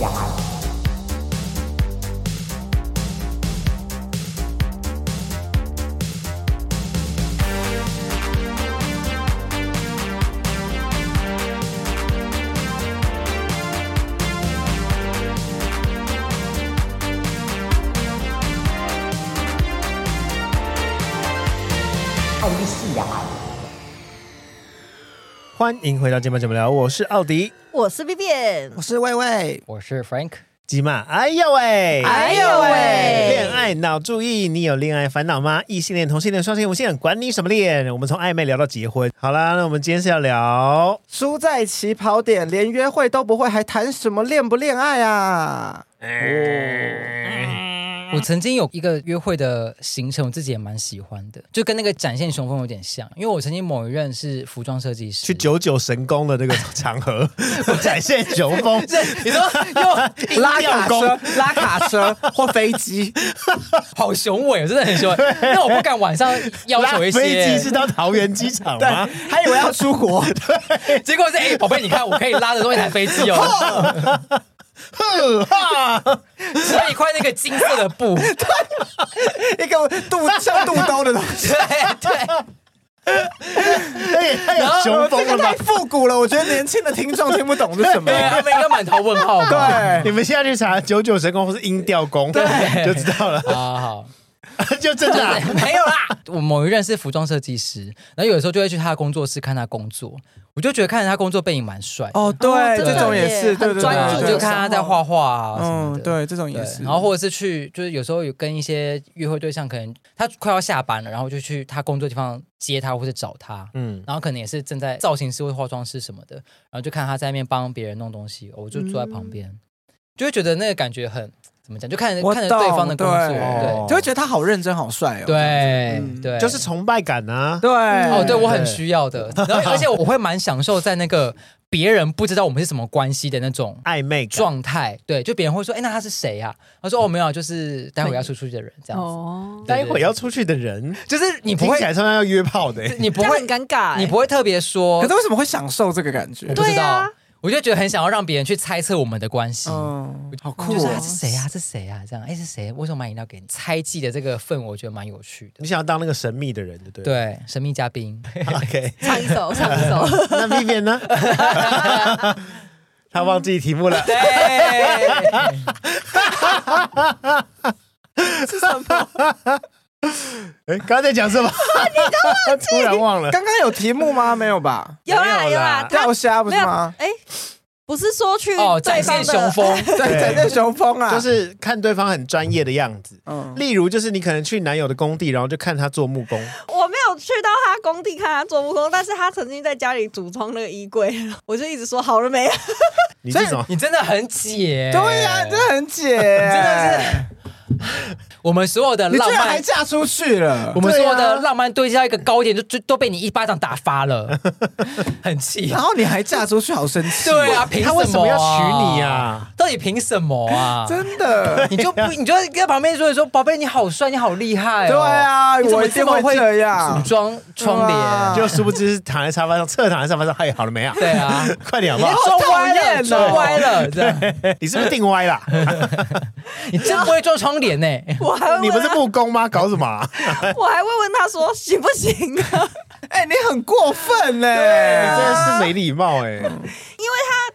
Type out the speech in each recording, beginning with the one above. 人啊！爱你死人啊！欢迎回到今晚节目聊，我是奥迪我是 B B，我是魏魏，我是 Frank，吉玛。哎呦喂，哎呦喂恋爱脑注意，你有恋爱烦恼吗？异性恋、同性恋、双性恋、无性恋，管你什么恋，我们从暧昧聊到结婚。好啦，那我们今天是要聊，输在起跑点，连约会都不会，还谈什么恋不恋爱啊？我曾经有一个约会的行程，我自己也蛮喜欢的，就跟那个展现雄风有点像，因为我曾经某一任是服装设计师，去九九神功的这个场合，展现雄风。你说又拉吊卡弓车、拉卡车或飞机，好雄伟，真的很雄伟。那我不敢晚上要求拉一飞机是些，到桃园机场啊吗？还以为要出国，结果是哎，宝贝，你看我可以拉着东西台飞机哦，哼哈是一块那个金色的布，对一个肚像肚兜的东西，对，哎呀，太有雄风这了个太吧！复古了，我觉得年轻的听众听不懂是什么 对。啊他们应该满头问号吧？你对，们现在去查九九神功或是音调功，就知道了，好好好。就真的啊、没有啦。我某一任是服装设计师，然后有时候就会去他的工作室看他工作，我就觉得看着他工作背影蛮帅，哦，哦对，真的这种也是，对耶对很对，专注对就看他在画画啊什么嗯，的。对，这种对也是。然后或者是去，就是有时候有跟一些约会对象，可能他快要下班了，然后就去他工作地方接他或者找他，嗯嗯，然后可能也是正在造型师或化妆师什么的，然后就看他在那边帮别人弄东西，哦我就坐在旁边，就会觉得那个感觉很怎么讲，就看着我看着对懂方的工作，对对就会觉得他好认真，好帅哦。对、嗯对，就是崇拜感啊。对，哎哦，哦对我很需要的，然 后而且我会蛮享受在那个别人不知道我们是什么关系的那种暧昧感，啊状态，对，就别人会说，哎，那他是谁呀、他说，哦，没有啊，就是待会儿要出去的人，这样子，哦，对待会要出出去的人，就是你不听会起，来像要约炮的欸、你这不样会很，尴尬欸，你不会特别说可，是为什么会享受这个感觉我？不知对道啊，我就觉得很想要让别人去猜测我们的关系。嗯，好酷就是他哦！是谁呀、啊？是谁呀、啊？这样，哎，是谁？为什么买饮料给你？猜忌的这个氛围，我觉得蛮有趣的 你。想要当那个神秘的人，对不对？对，神秘嘉 宾，对，OK。 唱一首，唱一首。那 Vivian 呢？他忘记题目了。对， 哎，刚才讲什么？他 突然忘了。刚刚有题目吗？没有吧？有啦没有有啦 啦，钓虾不没是有吗？哎，不是说去哦，展对方现雄的风，对，展现雄风啊！就是看对方很专业的样子，嗯，例如就是你可能去男友的工地，然后就看他做木工， 我没有去到他工地看他做木工，但是他曾经在家里组装那个衣柜，我就一直说好了没？ 你这种你真的很解，对啊呀，真的很解，哎真的是我们所有的你居浪然还漫，嫁出去了我。们所有对的啊浪漫堆积到一个高点，就就都被你一巴掌打发 了，很气然。后你还嫁出去，好生气！对啊，凭他为什么么要啊娶你？啊？到底凭什么 啊？真的，你就不，你就在旁边说说，宝贝，你好帅，你好厉害、哦。对啊你怎么我一定么会会这样组装窗对啊帘。就殊不知是躺在沙发上，侧躺在沙发上，哎，好了没啊？对 啊，快点好不你好？撞歪讨厌了，哦撞 歪了，这样你是不是定歪 了？你真不会撞窗帘呢、我还你会不问是他，木工吗？搞什么啊？我还会问他说行不行啊？ 哎，你很过分你 真嘞！的是没礼貌哎。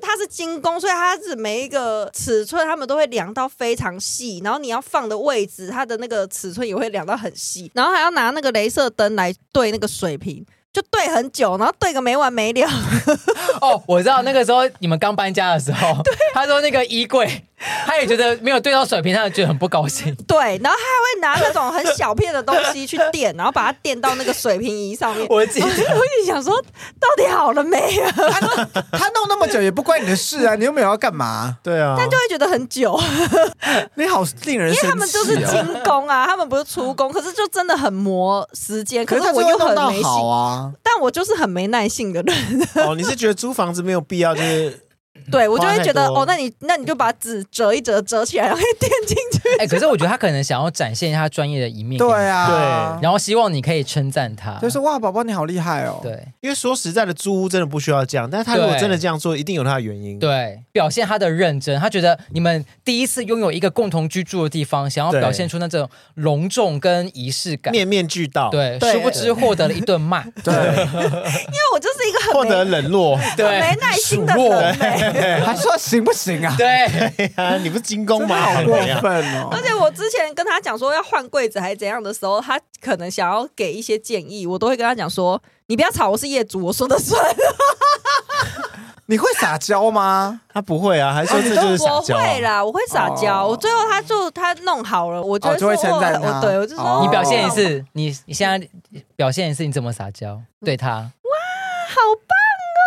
他他是精工，所以他是每一个尺寸他们都会量到非常细，然后你要放的位置，它的那个尺寸也会量到很细，然后还要拿那个镭射灯来对那个水平。就对很久，然后对个没完没了。 啊哦，我知道那个时候你们刚搬家的时候，他说那个衣柜他也觉得没有对到水平，他也觉得很不高兴。对，然后他还会拿那种很小片的东西去垫，然后把它垫到那个水平仪上面。我记 得我就想说，到底好了 没啊？他弄他弄那么久也不关你的事啊，你又没有要干嘛？对啊，但就会觉得很久，你好令人因为生他们气就是哦。精工啊， 他们不是出工，可是就真的很磨时间。可是他是我最又后弄很到没好性，啊，但我就是很没耐性的人。 哦，你是觉得租房子没有必要，就是对我就花会太觉得，多哦，那你那你就把纸折一折，折起来，然后 垫进去。哎、可是我觉得他可能想要展现一下他专业的一面，对，啊，然后希望你可以称赞他，就是哇，宝宝你好厉害哦。对因为说实在的，租屋真的不需要这样，但是他如果真的这样做，一定有他的原因。对，表现他的认真，他觉得你们第一次拥有一个共同居住的地方，想要对表现出那种隆重跟仪式感。面面俱到，，对，对殊不知获得了一顿骂，对，因为我就是一个获很得没冷落。对，没耐心的 数落人、欸。还说行不行啊？对，对呀， 你不是精工真的吗？好过分哦而！且我之前跟他讲说要换柜子还是怎样的时候，他可能想要给一些建议，我都会跟他讲说：“你不要吵，我是业主，我说的算。你会撒娇吗？他不会啊，还说这 就是”我撒娇啊。会啦，我会撒娇。哦我最后他就他弄好了，我就哦会就说：“会称赞我他我对我就说哦你表现一次，你你现在表现一次，你怎么撒娇对他？好棒哦！”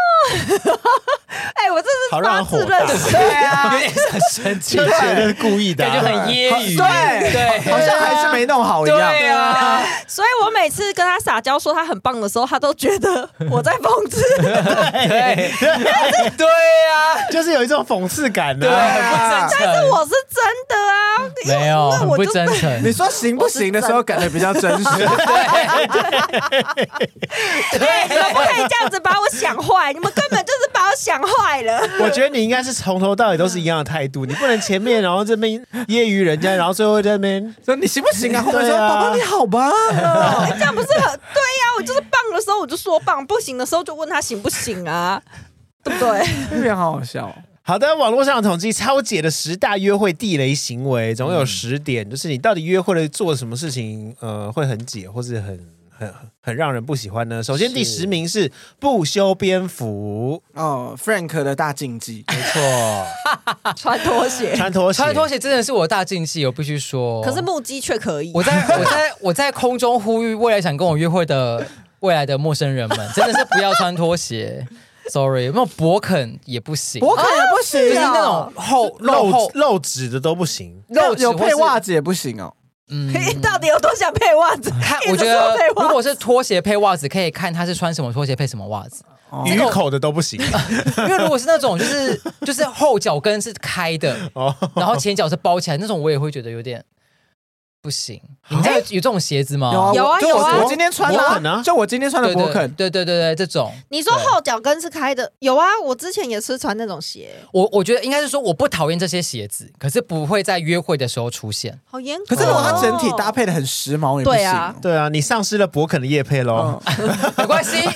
哎，我这好是让发自人火大认对真。啊有，点想生气气，觉得是故意的啊，感觉很 揶揄，对对好像还是没弄好一样。对啊，所以我每次跟他撒娇说他很棒的时候，他都觉得我在讽 刺。对 对啊，就是有一种讽刺感对，呢、啊很不真诚，我是真的啊，因为没有，因很为我不就真诚，你说行不行的时候，感觉比较真 实。你们不可以这样子把我想坏，你们根本就是把我想坏 了。我觉得你应该是从头到尾都是一样的态度，你不能前面然后这边揶揄人家，然后最后在那边说你行不行啊？后面对说啊宝宝你好棒 哎啊！这样不是很对呀、我就是棒的时候我就说棒，不行的时候就问他行不行啊，对不对？这边好好笑。哦好的，网络上的统计，超姐的十大约会地雷行为总共嗯有十点，就是你到底约会了做什么事情，呃，会很解或是很很很让人不喜欢呢？首先是第十名是不修边幅，哦，Frank 的大禁忌，没 错，穿拖鞋，穿拖鞋，穿拖鞋真的是我的大禁忌，我必须说。可是木屐却可 以。我在我在我在空中呼吁未来想跟我约会的未来的陌生人们，真的是不要穿拖鞋。Sorry，有没有勃肯也不行，勃肯也不就是行那啊，种厚露露厚露趾的都不行，露有配袜子，子也不行哦。嗯 到底有多想配袜子？ 看一直嗯我觉说得配，袜如子果是拖鞋配袜子，可以看他是穿什么拖鞋配什么袜子。鱼口的都不行，因为如果是那种就是就是后脚跟是开的，哦，然后前脚是包起来那种，我也会觉得有点不行。你们家有有这种鞋子吗？有啊我就有我啊我今天穿勃肯了啊啊，就我今天穿的对勃对肯，对对对对，这种你说后脚跟是开的，有啊，我之前也是穿那种鞋，我我觉得应该是说我不讨厌这些鞋子，可是不会在约会的时候出现。好严格哦。可是如果它整体搭配的很时髦，你不对行啊哦。对啊，你丧失了勃肯的叶配哦喽。嗯没关系，因为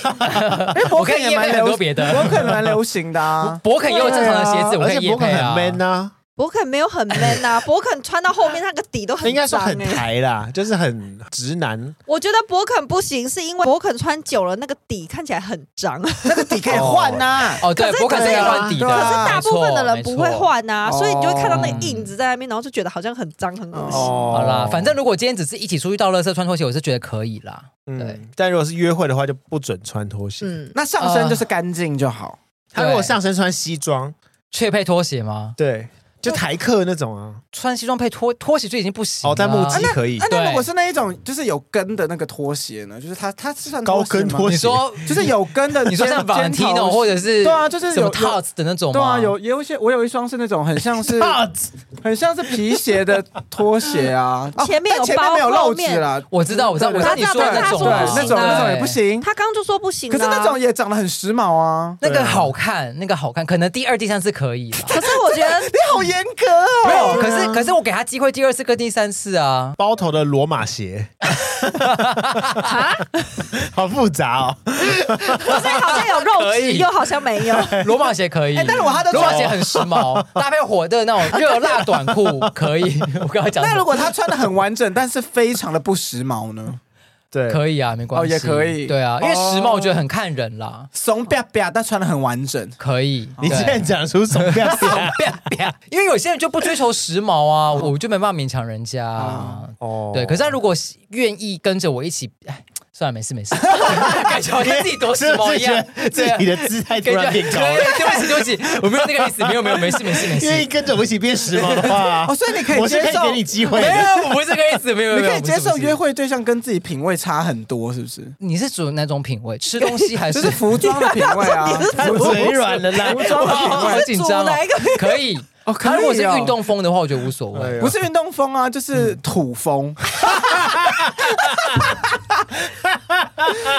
勃我可肯以也蛮业配很流多别的。勃肯蛮流行的啊勃肯也有正常的鞋子，我而可且以夜勃肯配啊。很 man 啊，博肯没有很 man 啊， 博肯穿到后面那个底都很应该说很脏欸台啦，就是很直男。我觉得博肯不行，是因为博肯穿久了那个底看起来很脏。那个底可以换啊呐，哦，对，可是勃啊肯可是是可以换底的，可是大没错部分的人不会。没错换啊，啊没错所以你就会看到那个哦印子在那边，然后就觉得好像很脏很恶心。哦好啦，反正如果今天只是一起出去到垃圾穿拖鞋，我是觉得可以啦。对嗯，但如果是约会的话，就不准穿拖鞋。嗯，那上身就是干净就好。他如果上身穿西装，却配拖鞋吗？对，就台客那种啊，穿西装配拖拖鞋就已经不行了。哦，但木屐可以啊，，那对如果是那一种就是有跟的那个拖鞋呢？就是它它是算高跟吗哦拖鞋你说就是有跟的， 你说像 尖尖头 Valentino 或者是对啊，就是什么有 t o s 的那种有对啊，吗有也有一些，我有一双是那种很像 是 Tots 很像是皮鞋的拖鞋 啊，哦前面有但前面包没有后露面趾啦，我知道，哦我知道，我对知道你说的那种对啊，那种对那种也不。行，他刚刚就说不行、啊，可是那种也长得很时髦啊，那个好看，那个好看，可能第二、第三次可以啦。可是我觉得你好严格哦，没有，可是可是我给他机会第二次跟第三次 啊。包头的罗马鞋， 好复杂哦。不是好像有肉可质，以又好像 没有。罗马鞋可以，啊但是我他都罗马鞋很时 髦，搭配火的那种热辣短裤可以。我刚刚讲什么， 那如果他穿的很完整，但是非常的不时髦呢？对，可以啊，没关哦系，也可以对啊，因为哦时髦我觉得很看人啦，松怂吧吧，但穿的很完整。可以。你对竟然讲出什么样子？ 因为有些人就不追求时髦啊，我就没办法勉强人家啊。哦对，可是他如果愿意跟着我一起，哎，算了，没事 没事，感觉好像 自己多时是不髦是一觉样得，自对啊己的姿态突然感觉变高了？对对不起对不起，我没有那个意思，没有没有，没事没事没事，愿意跟着我一起变时髦的话， 哦，所以你可我以是接可以受，给你机会没的。有，我不是这个意思，没有你没有，可以接受约会。会对象跟自己品味差很多，是不是？你是属于哪种品味？吃东西还 就是是服装的品味啊，服装嘴软了啦，哇 好紧张煮哦哪一个？可以。啊哎哦可以哦如果是运动风的话，我觉得无所谓。不是运动风啊，就是土风。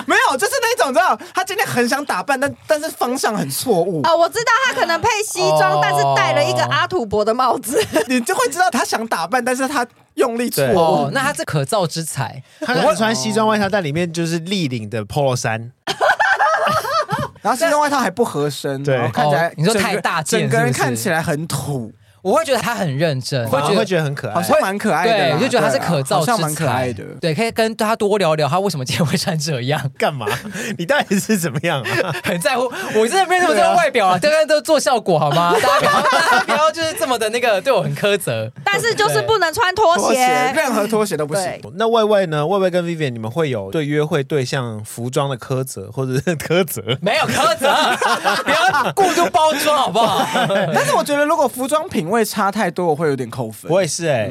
没有，就是那种，你知道，他今天很想打扮，但但是方向很错误，啊，我知道他可能配西装哦，但是戴了一个阿土伯的帽子。你就会知道他想打扮，但是他用力错对误。哦，那他这可造之才，他可能穿西装外套，但里面就是立领的 polo 衫，然后西装外套还不合身，对然后看起来哦你说整个太大件整个是人不是看起来很土，我会觉得他很认真，反而会觉得。得很可好爱。像蛮可爱的哎对，啊啦，我就觉得他是可造好之才，像蛮可爱的。对，可以跟他多聊聊，他为什么今天会穿这样，干嘛？你到底是怎么样啊？很 在乎。我真的没有那么在乎外表啊，大家都做效果好 吗？大家不要，大家不要就是这么的那个对我很苛责。但是就是不能穿拖拖鞋。任何拖鞋都不行对。，那外外呢？外外跟 Vivian，你们会有对约会对象服装的苛责，或者是 苛责？没有苛 责，不要过度包装好不好？但是我觉得如果服装品味差太多，我会有点扣分。我也是哎、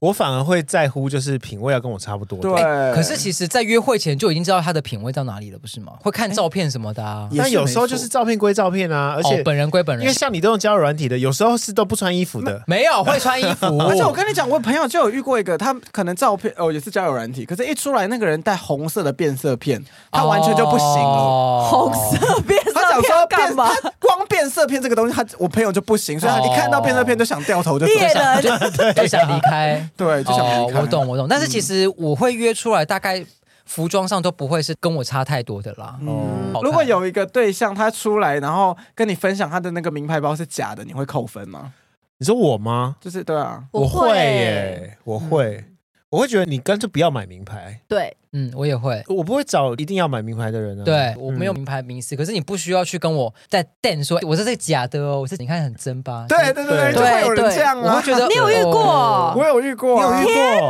我反而会在乎，就是品味要跟我差不多的。嗯对，啊哎可是其实，在约会前就已经知道他的品味到哪里了，不是哎吗？会看照片什么的啊。也但是有时候没错就是照片归照片啊，而且哦、本人归本因为人，像你都用交友软体的，有时候是都不穿衣服的。没有会穿衣服。 而且我跟你讲，我朋友就有遇过一个，他可能照片哦也是交友软体，可是一出来那个人戴红色的变色片，他完全就不行了。哦红色变他想色说片干嘛？变他光变色片这个东西，他我朋友就不行，所以他哦一看到变色片就想掉头就走。猎人就想离开。 哦对，就想离开。嗯我懂，我懂。但是其实我会约出来，大概服装上都不会是跟我差太多的啦。哦嗯好看如果有一个对象他出来，然后跟你分享他的那个名牌包是假的，你会扣分吗？你说我吗？就是对啊，我会会耶，我嗯会，我会觉得你干脆不要买名牌，对，嗯，我也会。我不会找一定要买名牌的人啊。对，我没有嗯名牌名词，可是你不需要去跟我在 d 说，哎我这是假的哦，我这你看很真吧？对对对对对，就会有人啊对这样我啊会。觉得你有遇哦过？我有遇过啊，你有遇过？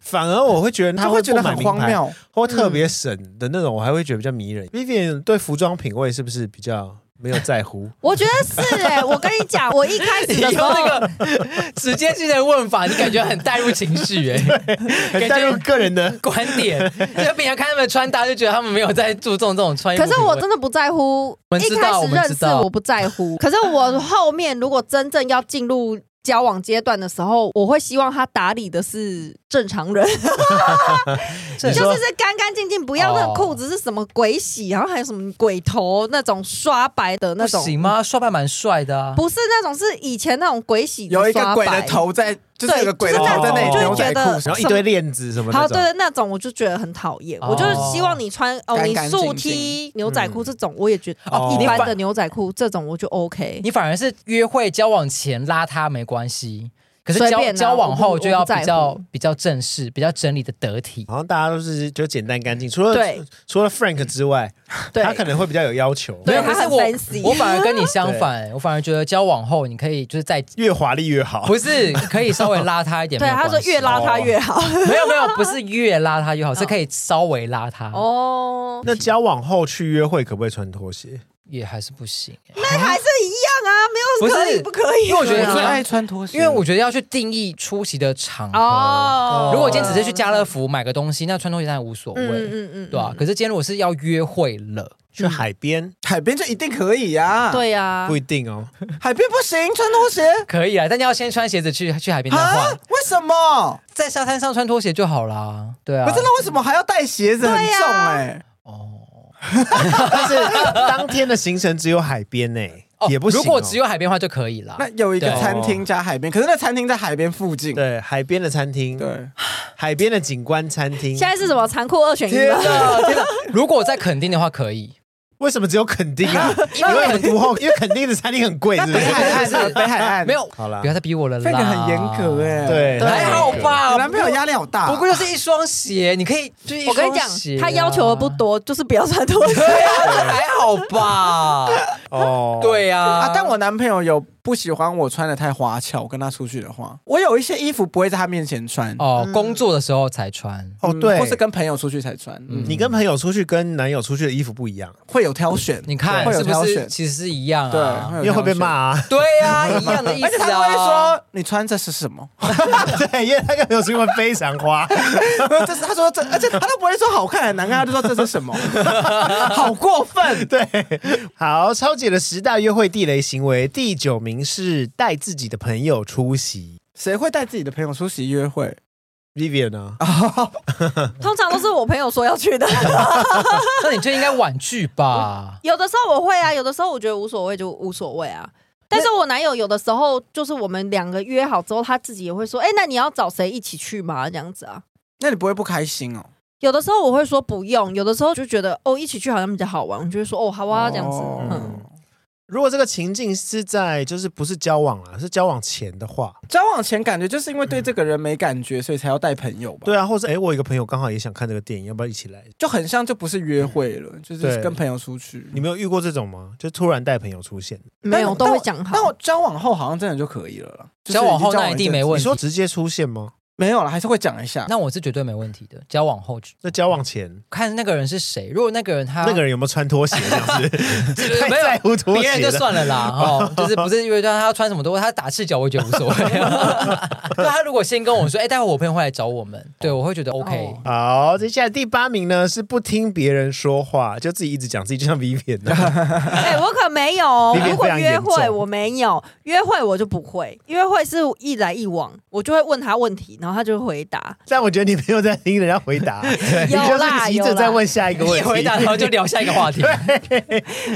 反而我会觉得啊他就会会觉得不买很名荒牌，谬。或特别省的那种，我还会觉得比较迷人。Vivian 对服装品味是不是比较没有在乎？我觉得是哎，我跟你讲，我一开始你的用时候，那个 直接性的问法，你感觉很带入情绪哎， 很带入个人 的。观点，就是平常看他们穿搭，就觉得他们没有在注重这种穿衣服可品味。是我真的不在乎我，们一知开道始认我们识知道我不在乎，可是我后面如果真正要进入。交往阶段的时候，我会希望他打理的是正常人，这就是是干干净净，不要那种裤子是什么鬼洗，然后还有什么鬼头那种刷白的那不种，行吗？刷白蛮帅的啊，不是那种，是以前那种鬼洗的有一刷个鬼的白头在，就是对有个鬼的就是头在那里那种牛就会仔觉裤得然上。后一堆链子什么好，那对种，对，那种我就觉得很讨厌。哦我就是希望你穿哦，干你干净竖净 T 牛仔裤这种，我也觉得哦哦，一你般反的牛仔裤这种我就 OK。你反而是约会交往前邋遢没关系，可是随交便啊交往后就要比我不我不较在比较正式，比较整理的得体。好像大家都是就简单干净，除了对除了 Frank 之外，对，他可能会比较有要求，对没有他可是很我 fancy 我反而跟你 相反，我反而觉得交往后你可以就是在越华丽越好。不是可以稍微邋遢一点。对没有他说关系越邋遢越好没有没有，不是越邋遢越好，是可以稍微邋遢哦，哦，那交往后去约会可不可以穿拖鞋？也还是不行欸。那 还是一样啊，没有不可是以不可以？啊因为我觉得啊哦我最穿爱穿拖鞋，因为我觉得要去定义出席的场合。哦，如果今天只是去家乐福买个东西，那穿拖鞋当然无所嗯嗯谓，嗯嗯，对吧、啊可是今天如果是要约会了，去海边海边就一定可以呀。，对呀不，一定哦。海边不行，穿拖鞋可以啊，但你要先穿鞋子去去海边再啊换，？为什么？在沙滩上穿拖鞋就好啦。对啊，不是，那为什么还要带鞋子？很对呀重哎。但是当天的行程只有海边呢、哦也不行哦、如果只有海边的话就可以啦。那有一个对餐厅加海边，可是那餐厅在海边附近。对海边的餐厅，对，海边的景观餐厅现，在是什么残酷二选一啊天了？哪，天哪！如果在垦丁的话可以，为什么只有垦丁 啊？因为很独后，因为垦丁的餐厅很贵，是不北海是？岸啊，北海岸没有，好啦不，要再逼我了啦。费个很严格哎，对对啊还好吧你男朋友压力好大，啊不过就是一双鞋，你可以就是一我跟你双讲鞋，啊他要求的不，多，就是不要穿拖鞋。 对啊，还好 吧？哦，对啊，啊，但我男朋友有不喜欢我穿的太花俏，我跟他出去的话，我有一些衣服不会在他面前穿，哦，工作的时候才穿，哦嗯对或是跟朋友出去才穿，嗯，你跟朋友出去跟男友出去的衣服不一样，会有挑选，你看会有是挑不选是？其实是一样对，啊？因为会被骂有挑选。啊。对啊，一样的意而且思他啊。会说：“你穿这是什么 对，因为他跟朋友出去玩非常花，？”这是他说这，而且他都不会说好看很难看，他就说这是什 么，好过分。对，好，超姐的十大约会地雷行为第九名是带自己的朋友出席。谁会带自己的朋友出席约会？ Vivian 呢？通常都是我朋友说要去 的，那你就应该婉拒吧。有的时候我会啊，有的时候我觉得无所谓就无所谓啊。但是我男友有的时候就是我们两个约好之后，他自己也会说：“哎、那你要找谁一起去吗？”这样子啊。那你不会不开心哦？有的时候我会说不用，有的时候就觉得哦一起去好像比较好玩，我就会说哦好啊这样子。哦嗯，如果这个情境是在就是不是交往啊，是交往前的话，交往前感觉就是因为对这个人没感觉，所以才要带朋友吧？对啊，或者哎、诶我有一个朋友刚好也想看这个电影，要不要一起来？就很像就不是约会嗯了，就是对跟朋友出去。你们有遇过这种吗？就突然带朋友出现，没有都但会我讲好但。我交往后好像真的就可以了啦， 就是交往后已经那一定没问你题说。直接出现吗？没有了，还是会讲一下。那我是绝对没问题的。交往后那交往前、看那个人是谁，如果那个人他那 个人有没有穿拖鞋？这样子太啊没在有乎拖别鞋人就了。算了 啦，哦，就是不是因为他要穿什么都，他打赤脚我也觉得无 所谓。那他如果先跟我说，哎、待会我朋友会来找我们，对我会觉得 OK，、哦好，接下来第八名呢是不听别人说话，就自己一直讲自己，就像 Vivian 啊 哎、我可没有哦。你脸如果非常约严会重我没有，约会我就不会。约会是一来一往，我就会问他问题，然后他就会回 答。但我觉得你没有在听人家回 答，你有就啦是一有直啦在问下一个问一 题。回答然后就聊下一个 话题。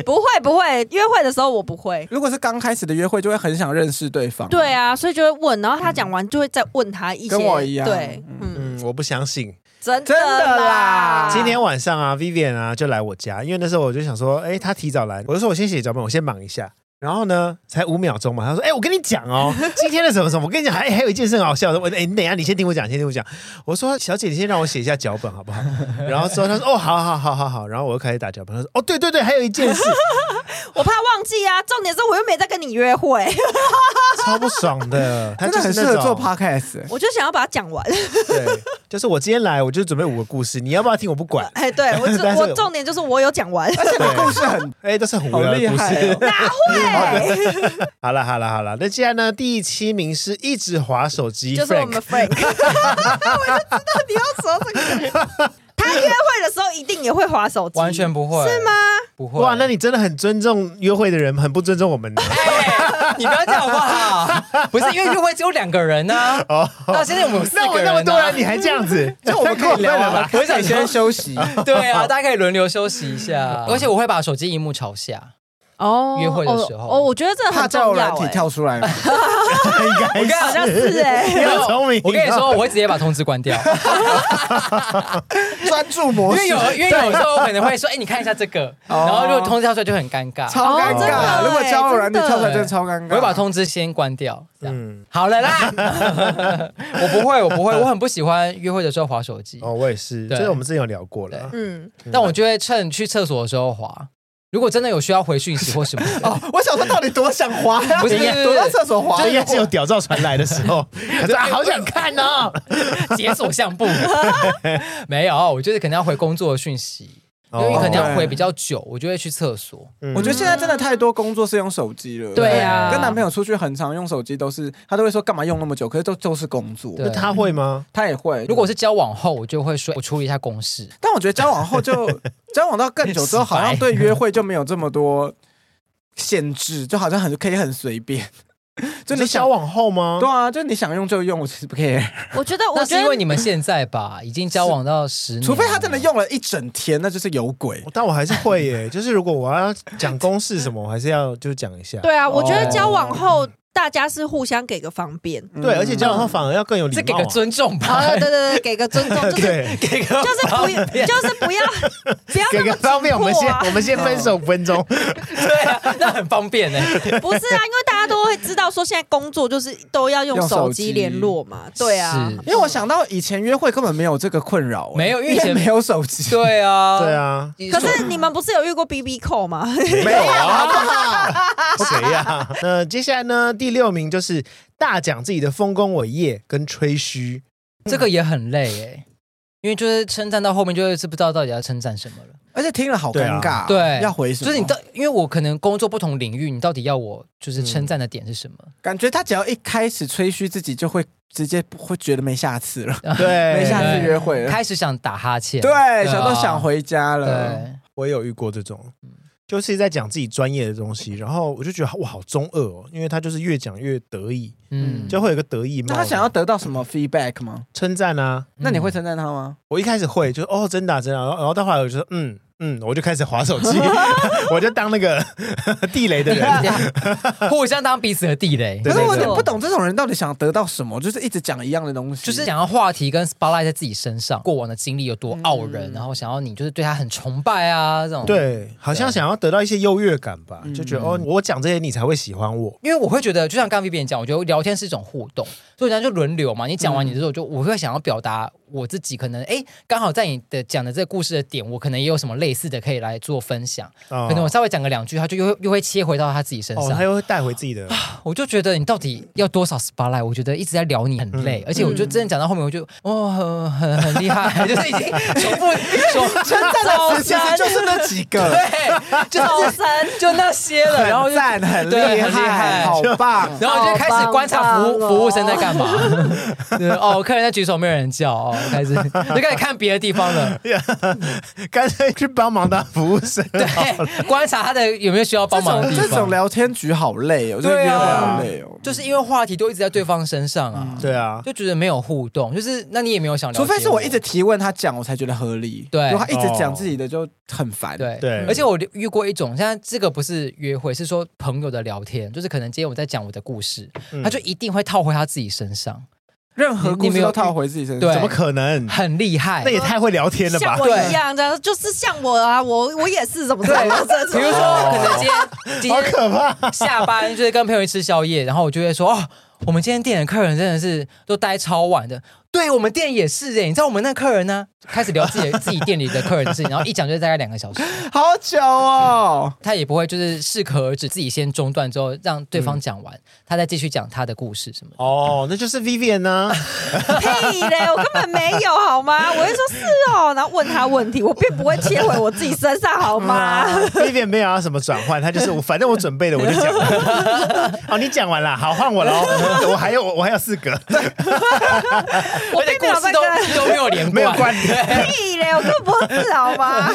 不会不会，约会的时候我不会。如果是刚开始的约会，就会很想认识对方。对，啊，所以就会问，然后他讲完就会再问他一些。跟我一样对，嗯，嗯，我不相信。真真的啦啦。今天晚上啊，Vivian 啊就来我家，因为那时候我就想说，哎、他提早来，我就说我先写脚本，我先忙一下。然后呢，才五秒钟嘛，他说，哎、我跟你讲 哦，今天的什么什么，我跟你讲，还还有一件事很好笑的，我哎、你等一下，你先听我讲，先听我讲。我说，小姐，你先让我写一下脚本好 不好？然后之后他说，哦，好好好好好。然后我又开始打脚本，他说，哦，对对对，还有一 件事，我怕忘记啊，重点是我又没在跟你约会， 超不爽的，他真就的是很适那种合做 podcast 哎欸。我就想要把它讲完。 对，就是我今天来，我就准备五个故事，你要不要听我不管，哎，对我只 但是我重点就是我有讲完，而且你故事很哎、都是很无好聊的厉故害事。哦，对，好了好了好了，那既然呢，第七名是一直划手机，就是我们 Frank Frank，我就知道你要说这个。他约会的时候一定也会划手机，完全不会，是吗？不会。哇，那你真的很尊重约会的人，很不尊重我们呢。哎 你不要这样好不好？不是因为约会只有两个人呢、 啊，那现在我们有四那我个们那人、么 啊，多人，你还这样子，就我们可以聊啊，我想先休 息。对啊，大家可以轮流休息一下，而且我会把手机荧幕朝下。哦约会的时候哦，哦我觉得这怕很交友重软要体哎，跳出来吗？应该好像 是哎，你好聪明哦我跟你说，我会直接把通知关掉，专注模欸因式为，有因为有时候我可能会说，哎，你看一下这 个，哦然后如果通知跳出来就很尴尬，超尴哦真的尬。欸如果交友软体真的跳出来，真的超尴尬。我会把通知先关掉。这样嗯，好了啦， 我不会，我不会，我很不喜欢约会的时候划手机，哦，我也是，对这个我们之前有聊过了。嗯，但我就会趁去厕所的时候划。如果真的有需要回讯息或 什么的，哦，我想说到底多想滑呀？不是不是躲到厕所滑这应该是有屌照传来的时候，他 说啊，好想看哦。解锁相 簿没有，我就是可能要回工作的讯息，因哦为可能要回比较久，我就会去厕所。嗯我觉得现在真的太多工作是用手机了。对啊跟男朋友出去很常用手机，都是他都会说干嘛用那么久，可是都就是工作。对他会吗？他也会。如果是交往后，我就会说，我处理一下公事。但我觉得交往 后就交往到更久之后，好像对约会就没有这么多限制，就好像很可以很随 便。就你你是交想往后吗？对啊，就你想用就用，我其实不嗯 care。我觉得我那觉是因得为你们现在吧，已经交往到十年了，除非他真 的用了一整天，那就是有鬼。但我还是会 耶，就是如果我要讲公式什么，我还是要就讲一下。哦对啊，我觉得交往后。大家是互相给个方便。对，而且这样的话反而要更有礼这给貌啊。个尊重吧，啊，对对对，给个尊重，就是对，给个就是不方便就是不要不要给那个么方便，我 们紧迫先啊我们先分手五分钟。对啊， 那很方便欸呢。不是啊，因为大家都会知道说现在工作就是都要用用手手机机联络嘛， 对啊 是，因为我想到以前约会根本没有这个困扰、欸没有因为以因为前没有手机，对啊，对。啊，可是你们不是有遇过 B B 扣吗？ 没有啊，谁呀、那接下来呢？第六名就是大讲自己的丰功伟业跟吹嘘。这个也很累哎，因为就是称赞到后面就是不知道到底要称赞什么了。而且听了好尴尬、哦对，要回什么？就是你到，因为我可能工作不同领域，你到底要我嗯就是称赞的点是什么？感觉他只要一开始吹嘘自己，就会直接不会觉得没下次了，对，没下次约会了。开始想打哈欠，对，啊想到想回家了。对，我也有遇过这种，就是在讲自己专业的东西，然后我就觉得哇，好中二哦，因为他就是越讲越得意，嗯， 就会有一个得意那帽。他想要得到什么 feedback 吗？称赞啊，嗯那你会称赞他吗？我一开始会就是哦，真的啊、真的啊、然后然后到后来我就说嗯嗯，我就开始划手 机，我就当那个 地雷的人。 互相当彼此的地雷，对可是我有点对不懂这种人到底想得到什么，就是一直讲一样的东西，就是想要话题跟 spotlight 在自己身上，过往的经历有多傲人，然后想要你就是对他很崇拜啊这种。，嗯对，好像想要得到一些优越感吧，嗯就觉得哦，我讲这些你才会喜欢我。因为我会觉得，就像刚刚 Vivian 讲，我觉得聊天是一种互动，所以人家就轮流嘛。你讲嗯完你之后，就我会想要表达我自己，可能哎，刚好在你的讲的这个故事的点，我可能也有什么类似的可以来做分享。可可能我稍微讲个两句，他就又又会切回到他自己身哦，上。他又会带回自己的，我就觉得你到底要多少 spotlight？我觉得一直在聊你很嗯累，而且我就真的讲到后面，我就哦很很很厉害， 就是已经 重复重称赞的词其实就是那几个，对，就招是生就那些了，然后很就赞，很对厉很厉害害，好 棒。然后就开始观察服务、好棒棒哦服务生在干嘛。 对哦，客人在举手，没有人叫哦，开始就开始看别的地方 了。 干脆去帮忙当服务生。对，观察他的有没有需要帮这忙的种地这种方。聊天局好累哦，我觉得对约会啊好累哦。就是因为话题都一直在对方身上啊， 对啊，就觉得没有互动，就是那你也没有想了嗯解除我，非是我一直提问他讲，我才觉得合理。对如果他一直讲自己的就很烦。对对而且我遇过一种，现在这个不是约会，是说朋友的聊天，就是可能今天我在讲我的故事，嗯他就一定会套回他自己身上，任何故你没事有都套回自己身上。对怎么可能？很厉害嗯那。也太会聊天了吧像？我一样，这样就是像我啊，我我也是怎么怎对么这，比如种。说，可能今天今好天可怕！下班就是跟朋友去吃宵夜，然后我就会说哦，我们今天店的客人真的是都待超晚的。对我们店也是哎、你知道我们那客人呢，开始聊自 己的自己店里的客人的事情，然后一讲就是大概两个小时，好久哦，他也不会就是适可而止，自己先中断之后让对嗯方讲完，他再继续讲他的故事什么的。哦，那就是 Vivian 呢、屁嘞，我根本没有好吗？我会说是哦，然后问他问题，我并不会切回我自己身上好吗？ v i v i a n 没有要什么转换，他就是我，反正我准备了，我就讲。哦，你讲完了， 好，换我喽。 我还有，我还有四个，我而并且故没有事在都跟都没有连贯，没有关联。屁嘞，我根本不是好吗？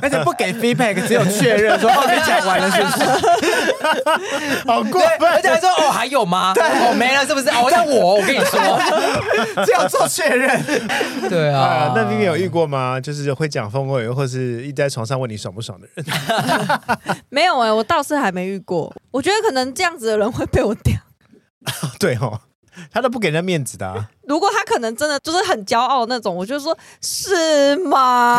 而且不给 feedback，只有确认 说哦，你讲完了是不是？好过对，而且分。还说哦还有吗？对，哦没了是不是？哦那我我跟你说，只有做确认。对啊啊，，那 Vivian 有遇过吗？就是会讲风味，或是一直在床上问你爽不爽的人？ 没有哎、我倒是还没遇过。我觉得可能这样子的人会被我屌。对哦，他都不给人家面子的、啊。 如果他可能真的就是很骄傲那种，我就说是吗？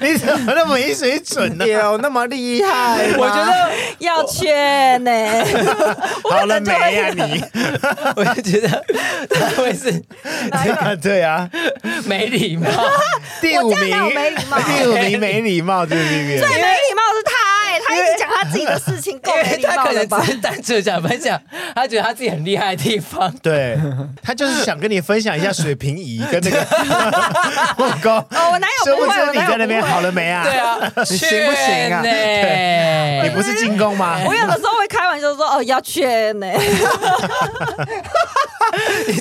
你怎么那么没水准呢、有那么厉害吗？我觉得要劝呢、好了没呀、你？ 我就觉得他会是哪有 对啊，没礼貌，第我五这样哪有名，没礼貌？第五 名没礼貌就是 Vivian 最没礼貌的是他哎、他一直讲他自己的事情，够因没为礼他貌可了能吧只？是单纯想分享，他觉得他自己很厉害的地方。对他就是想跟你分享一下水平仪跟 那个木工，哦，我哪有殊不不会？知我你哪在有那不边会？好了没啊？对，啊，你行不行啊劝呢你不是进攻吗？ 我有的时候会开玩笑说哦要劝呢、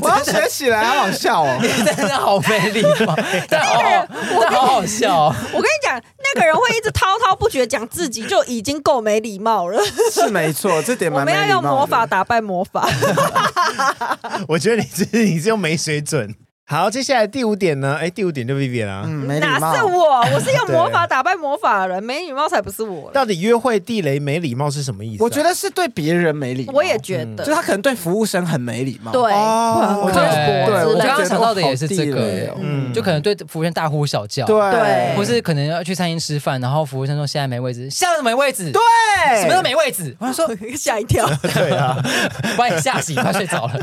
我要学起来，好好笑哦。你真的好没礼貌，但好好，但好好笑哦。我跟你讲，那个人会一直滔滔不绝讲自己，就已经够没礼貌了。 是没错，这点我蛮们没要礼貌用的魔法打败魔法。我觉得你是你是又没水准。好，接下来第五点呢？哎，第五点就 Vivian 啊，嗯，没礼哪是貌。我？我是用魔法打败魔法的人，没礼貌才不是我嘞。到底约会地雷没礼貌是什么意思啊、我觉得是对别人没礼貌，我也觉得，就他可能对服务生很没礼貌。对，哦会很刻对，薄对之我类觉刚刚得的。想到的也是这好地雷个欸哦，嗯就可能对服务生大呼小叫，对对或是可能要去餐厅吃饭，然后服务生说现在没位置，现在怎么没位置？对什么都没位置，我想说 吓一跳，对啊，把你吓醒，快睡着了。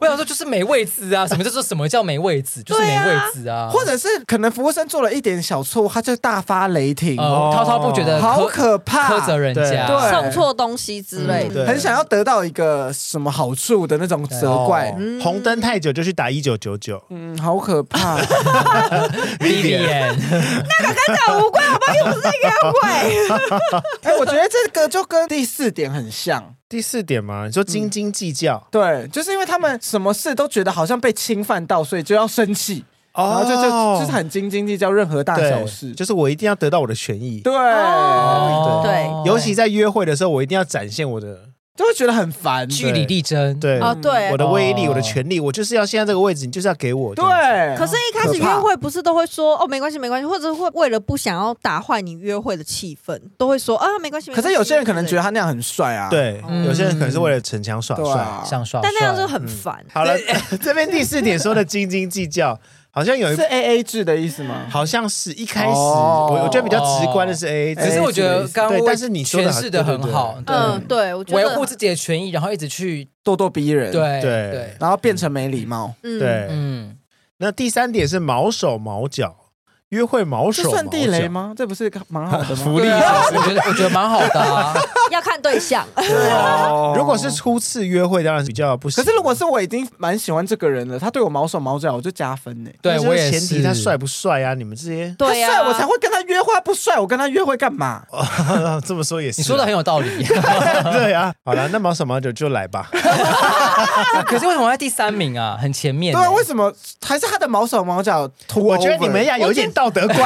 我想说就是没位置啊，什么叫做什么叫没位置？就是没位置啊，或者是可能服务生做了一点小错误，他就大发雷霆，呃滔滔不绝的哦好可怕，苛责人家，对送错东西之类的。嗯对很想要得到一个什么好处的那种责怪哦，嗯红灯太久就去打一九九九，嗯，好可怕。 b B N，跟这无关，好不好？又不是约会。 哎，我觉得这个就跟第四点很像，第四点嘛，你说斤斤计较，对，就是因为他们什么事都觉得好像被侵犯到，所以就要生气，然后就就嗯哦就是很斤斤计较任何大小事哦对，，就是我一定要得到我的权益，对，哦哦对尤其在约会的时候，我一定要展现我的就会觉得很烦，据理力争，对哦，对我。的威力，哦我的权利，我就是要现在这个位置，你就是要给我。对啊这样子，可是，一开始约会不是都会说哦，没关系，没关系，或者会为了不想要打坏你约会的气氛，都会说啊，没关系。可是有些人可能觉得得，他那样很帅啊，对，嗯有些人可能是为了逞强耍对帅。啊，像耍帅，但那样就很烦。嗯好了， 这边第四点说的斤斤计较，好像有一是 A A 制的意思吗？好像是一开始，哦我我觉得比较直观的是 A A 只是制，哦哎我觉得刚刚对但哎是你说的诠释的很好，对，嗯，对，我觉维得护自己的权益，然后一直去咄咄逼人，，对对对，然后变成没礼貌，嗯，对。嗯，那第三点是毛手毛脚，约会毛这手算毛地雷脚？吗？这不是蛮好的吗？福利对啊我觉得我觉得蛮好的啊，要看对 象。对啊如果是初次约会，当然比较不行。可是如果是我已经蛮喜欢这个人了，他对我毛手毛脚，我就加分呢。对 那就是我也前是，提他帅不帅啊？你们这些对呀，他帅我 才会跟他约会，他不帅我跟他约会干嘛？ 这么说也是啊，你说的很有道理。 对啊。好了，那毛手毛脚就来吧。可是为什么在第三名啊？很前面欸、对，为什么还是他的毛手毛脚 突？我觉得你们要有一点道德 观。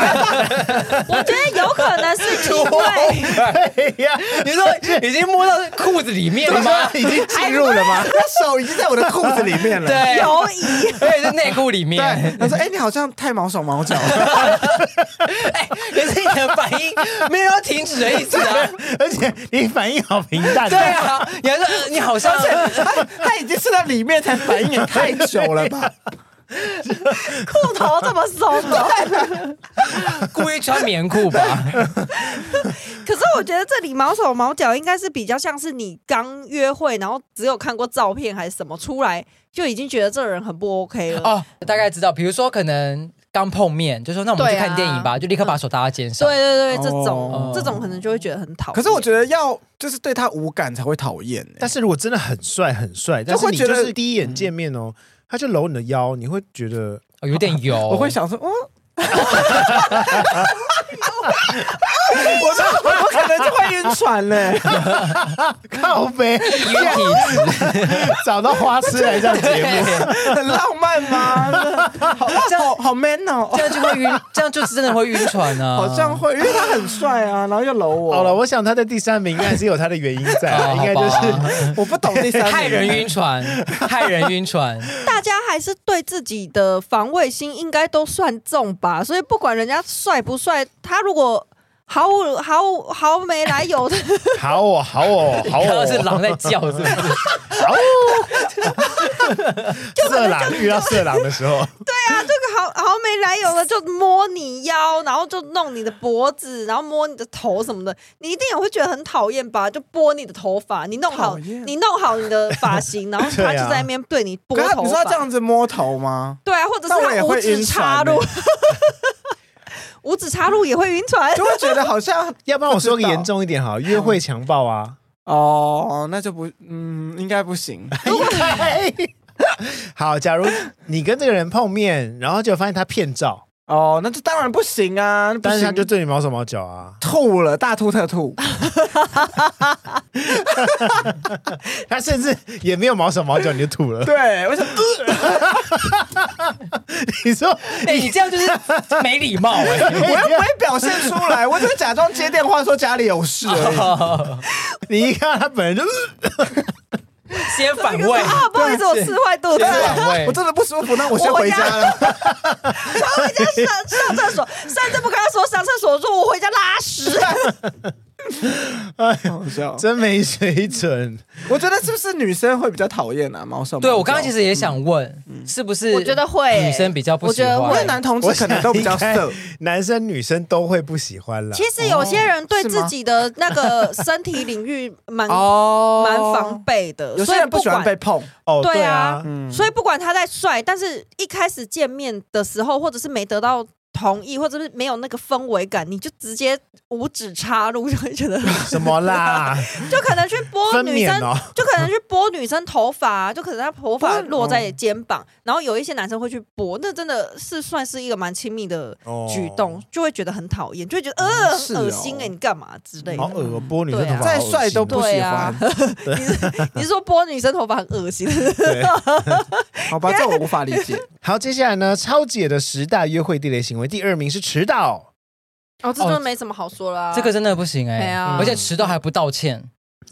我觉得有可能是因为对哎呀，你 说已经摸到裤子里面了吗？已经进入了 吗？他手已经在我的裤子里面了。对，犹疑。 而且是内裤里面。 对，他说：“哎，你好像太毛手毛脚 了。哎，可是你的反应没有要停止的意思啊。而且你反应好平淡。 对啊，你还说呃你好像是他”他已经是在里面才反应，也太久了 吧？裤头这么松 哦。故意穿棉裤吧？可是我觉得这里毛手毛脚应该是比较像是你刚约会，然后只有看过照片还是什么，出来就已经觉得这人很不 OK 了。 哦，大概知道。比如说，可能刚碰面就说那我们去对啊看电影吧，就立刻把手搭到肩上。对对对，这种、哦这种可能就会觉得很讨厌。可是我觉得要就是对他无感才会讨厌欸。但是如果真的很帅很帅，但是会你觉就得是第一眼见面哦，他就搂你的腰，你会觉得哦，有点油。我会 想 说，哦。我说我可能就会晕船嘞、靠 背低于体 脂，找到花痴来上节目。 很浪漫吗？好好好 man 哦 这，样就会晕，这样就是真的会晕船 啊。好像会，因为他很帅啊，然后又搂我。好了，我想他的第三名应该是有他的原因在啊， 哦应该就好吧是我不懂第 三名害人晕船，害人晕船。大家还是对自己的防卫心应该都算重吧，所以不管人家帅不帅，他如果 毫无毫无毫没来由的， 好哦，好哦，好 然后哦，是狼在叫，是不是？色狼遇到色狼的时候，这个毫毫没来由的就摸你腰，然后就弄你的脖子，然后摸你的头什么的，你一定也会觉得很讨厌吧？就拨你的头发，你弄好讨厌你弄好你的发型，然后对他啊就在那边对你拨可是头 你说发，他这样子摸头吗？对啊，或者是但我也他五会晕指插船欸入，五指插入也会晕 船， 就会觉得好像 要不然我说个严重一点 好，约会强暴啊。哦，那就不，嗯，应该不行。 好，假如你跟这个人碰面，然后就发现他骗照，哦，那就当然不行啊，不行但是他就对你毛手毛脚啊，吐了，大吐特吐。他甚至也没有毛手毛脚，你就吐 了。 对，我想，呃你说哎，你这样就是没礼 貌哎。我又不会表现出来，我只是假装接电话说家里有事而已。你一看到他本人就，先反 胃，啊，不好意思，我吃坏肚子先，反胃啊我。真的不舒服，那我先回家了。我回家上上厕所，甚至不跟他说上厕所，我说我回家拉屎。好笑真没水准。我觉得是不是女生会比较讨厌啊？毛手毛脚对我刚刚其实也想问，是不是？我觉得会女生比较不喜我觉得欢因会。为男同志可能都比较 色我想应，该男生女生都会不喜欢 啦。其实有些人对哦是吗自己的那个身体领域蛮哦蛮防。备的，有所些以人不喜欢管被碰，哦，对啊啊，嗯所以不管他再帅，但是一开始见面的时候，或者是没得到同意，或者是没有那个氛围感，你就直接五指插入，就会觉 得，什么 啦？就可能去拨分女娩生，哦，就可能去拨女生头发，啊就可能她头发不是落在肩膀，然后有一些男生会去拨，那真的是算是一个蛮亲密的哦举动，就会觉得很讨厌，就会觉得呃是很哦恶心哎、你干嘛之类的。好恶哦，拨女生头发，对啊再帅都不喜对欢啊。， 你是你是说拨女生头发很恶心？ 好吧，这我无法理解。好，接下来呢，超姐的十大约会地雷行为，第二名是迟到。哦，这就没什么好说啦。这个真的不行对哎，啊而且迟到还不道歉，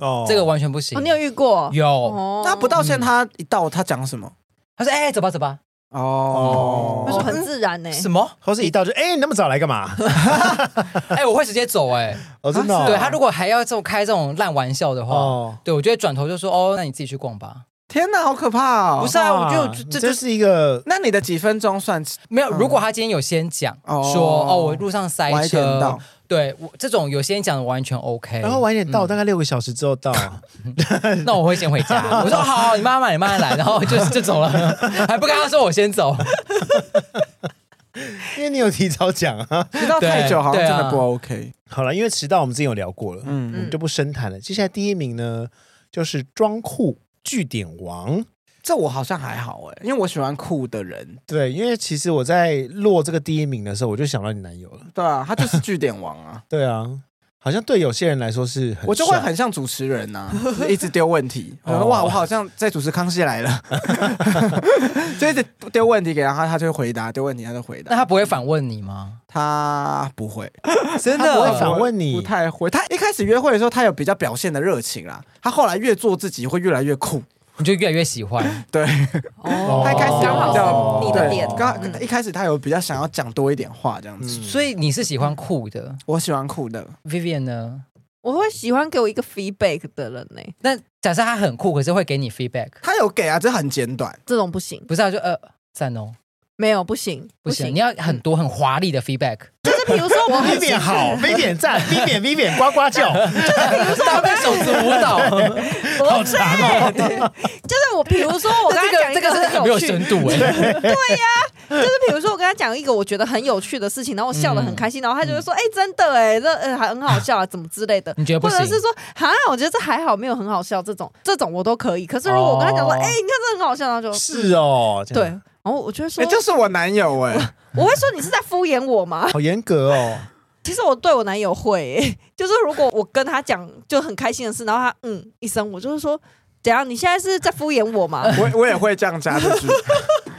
哦这个完全不行哦，。你有遇过？有，哦，那不道歉，他一到他讲什么？他说：“哎，走吧，走吧。哦那哦就很自然呢、”欸什么？或是一到就哎、你那么早来干嘛？哎，我会直接走哎。哦，真的、哦，对他如果还要这种开这种烂玩笑的话，哦，对我就会转头就说：“哦，那你自己去逛吧。天哪，好可怕哦！不是啊我就哇这你这这是一个那你的几分钟算？”没有，如果他今天有先讲哦说：“哦，我路上塞晚一点车到，，对我这种有先讲的完全 OK。”然后晚一点嗯到，大概六个小时之后到，啊 那我会先回家。 我说好，你慢慢来，你慢慢来，然后就就走了，还不跟他说我先走。因为你有提早讲啊。迟到太久好像真的不对啊 OK。好了，因为迟到我们之前有聊过了，我嗯，们就不深谈了。接下来第一名呢，就是装酷据点王。这我好像还好哎，因为我喜欢酷的人。对，因为其实我在落这个第一名的时候，我就想到你男友了。，对啊，他就是据点王啊对啊，好像对有些人来说是很，我就会。很像主持人呐、就是 一直丢问题。我说哇，我好像在主持《康熙来了》，就一直丢问题给他，他就会回答，丢问题他就回那答。他不会反问你吗？他不会，真他不会反问不你，太会。他一开始约会的时候，他有比较表现的热情啦。他后来越做自己，会越来越酷。你就越来越喜嗯欢。对，哦他一开始刚就比较好是你的对点，刚一开始他有比较想要讲多一点话这样子。所以你是喜欢酷的我喜欢酷的， ，Vivian 呢？我会喜欢给我一个 feedback 的人欸呢、那假设他很酷，可是会给你 feedback，他有给啊，这很简短。这种不行，不是他就呃赞哦，没有不行，嗯不行，你要很多很华丽的 feedback，就是比如说我，B 很点好，B 点赞，B 点 B 点呱呱 叫，搭配手指舞 蹈，不是，就是我比如说我跟他讲一这个这个是很很没有有趣，深度 哎。就是比如说我跟他讲一个我觉得很有趣的事情，然后我笑得很开心，然后他就会说，哎，真的哎，这呃还很好笑啊，怎么之类的。你觉得嗯不或者行？是说，哈，我觉得这还好，没有很好笑，这种这种我都可以。可是如果我跟他讲说，哦哎、你看这很好笑，然后就是哦，这对，样然后我就会说，哎，就是我男友哎、 我会说你是在敷衍我吗？ 好严格哦。其实我对我男友会、欸就是如果我跟他讲就很开心的事，然后他嗯一声，我就是说，怎样？你现在是在敷衍我吗？我我也会这样加这 句，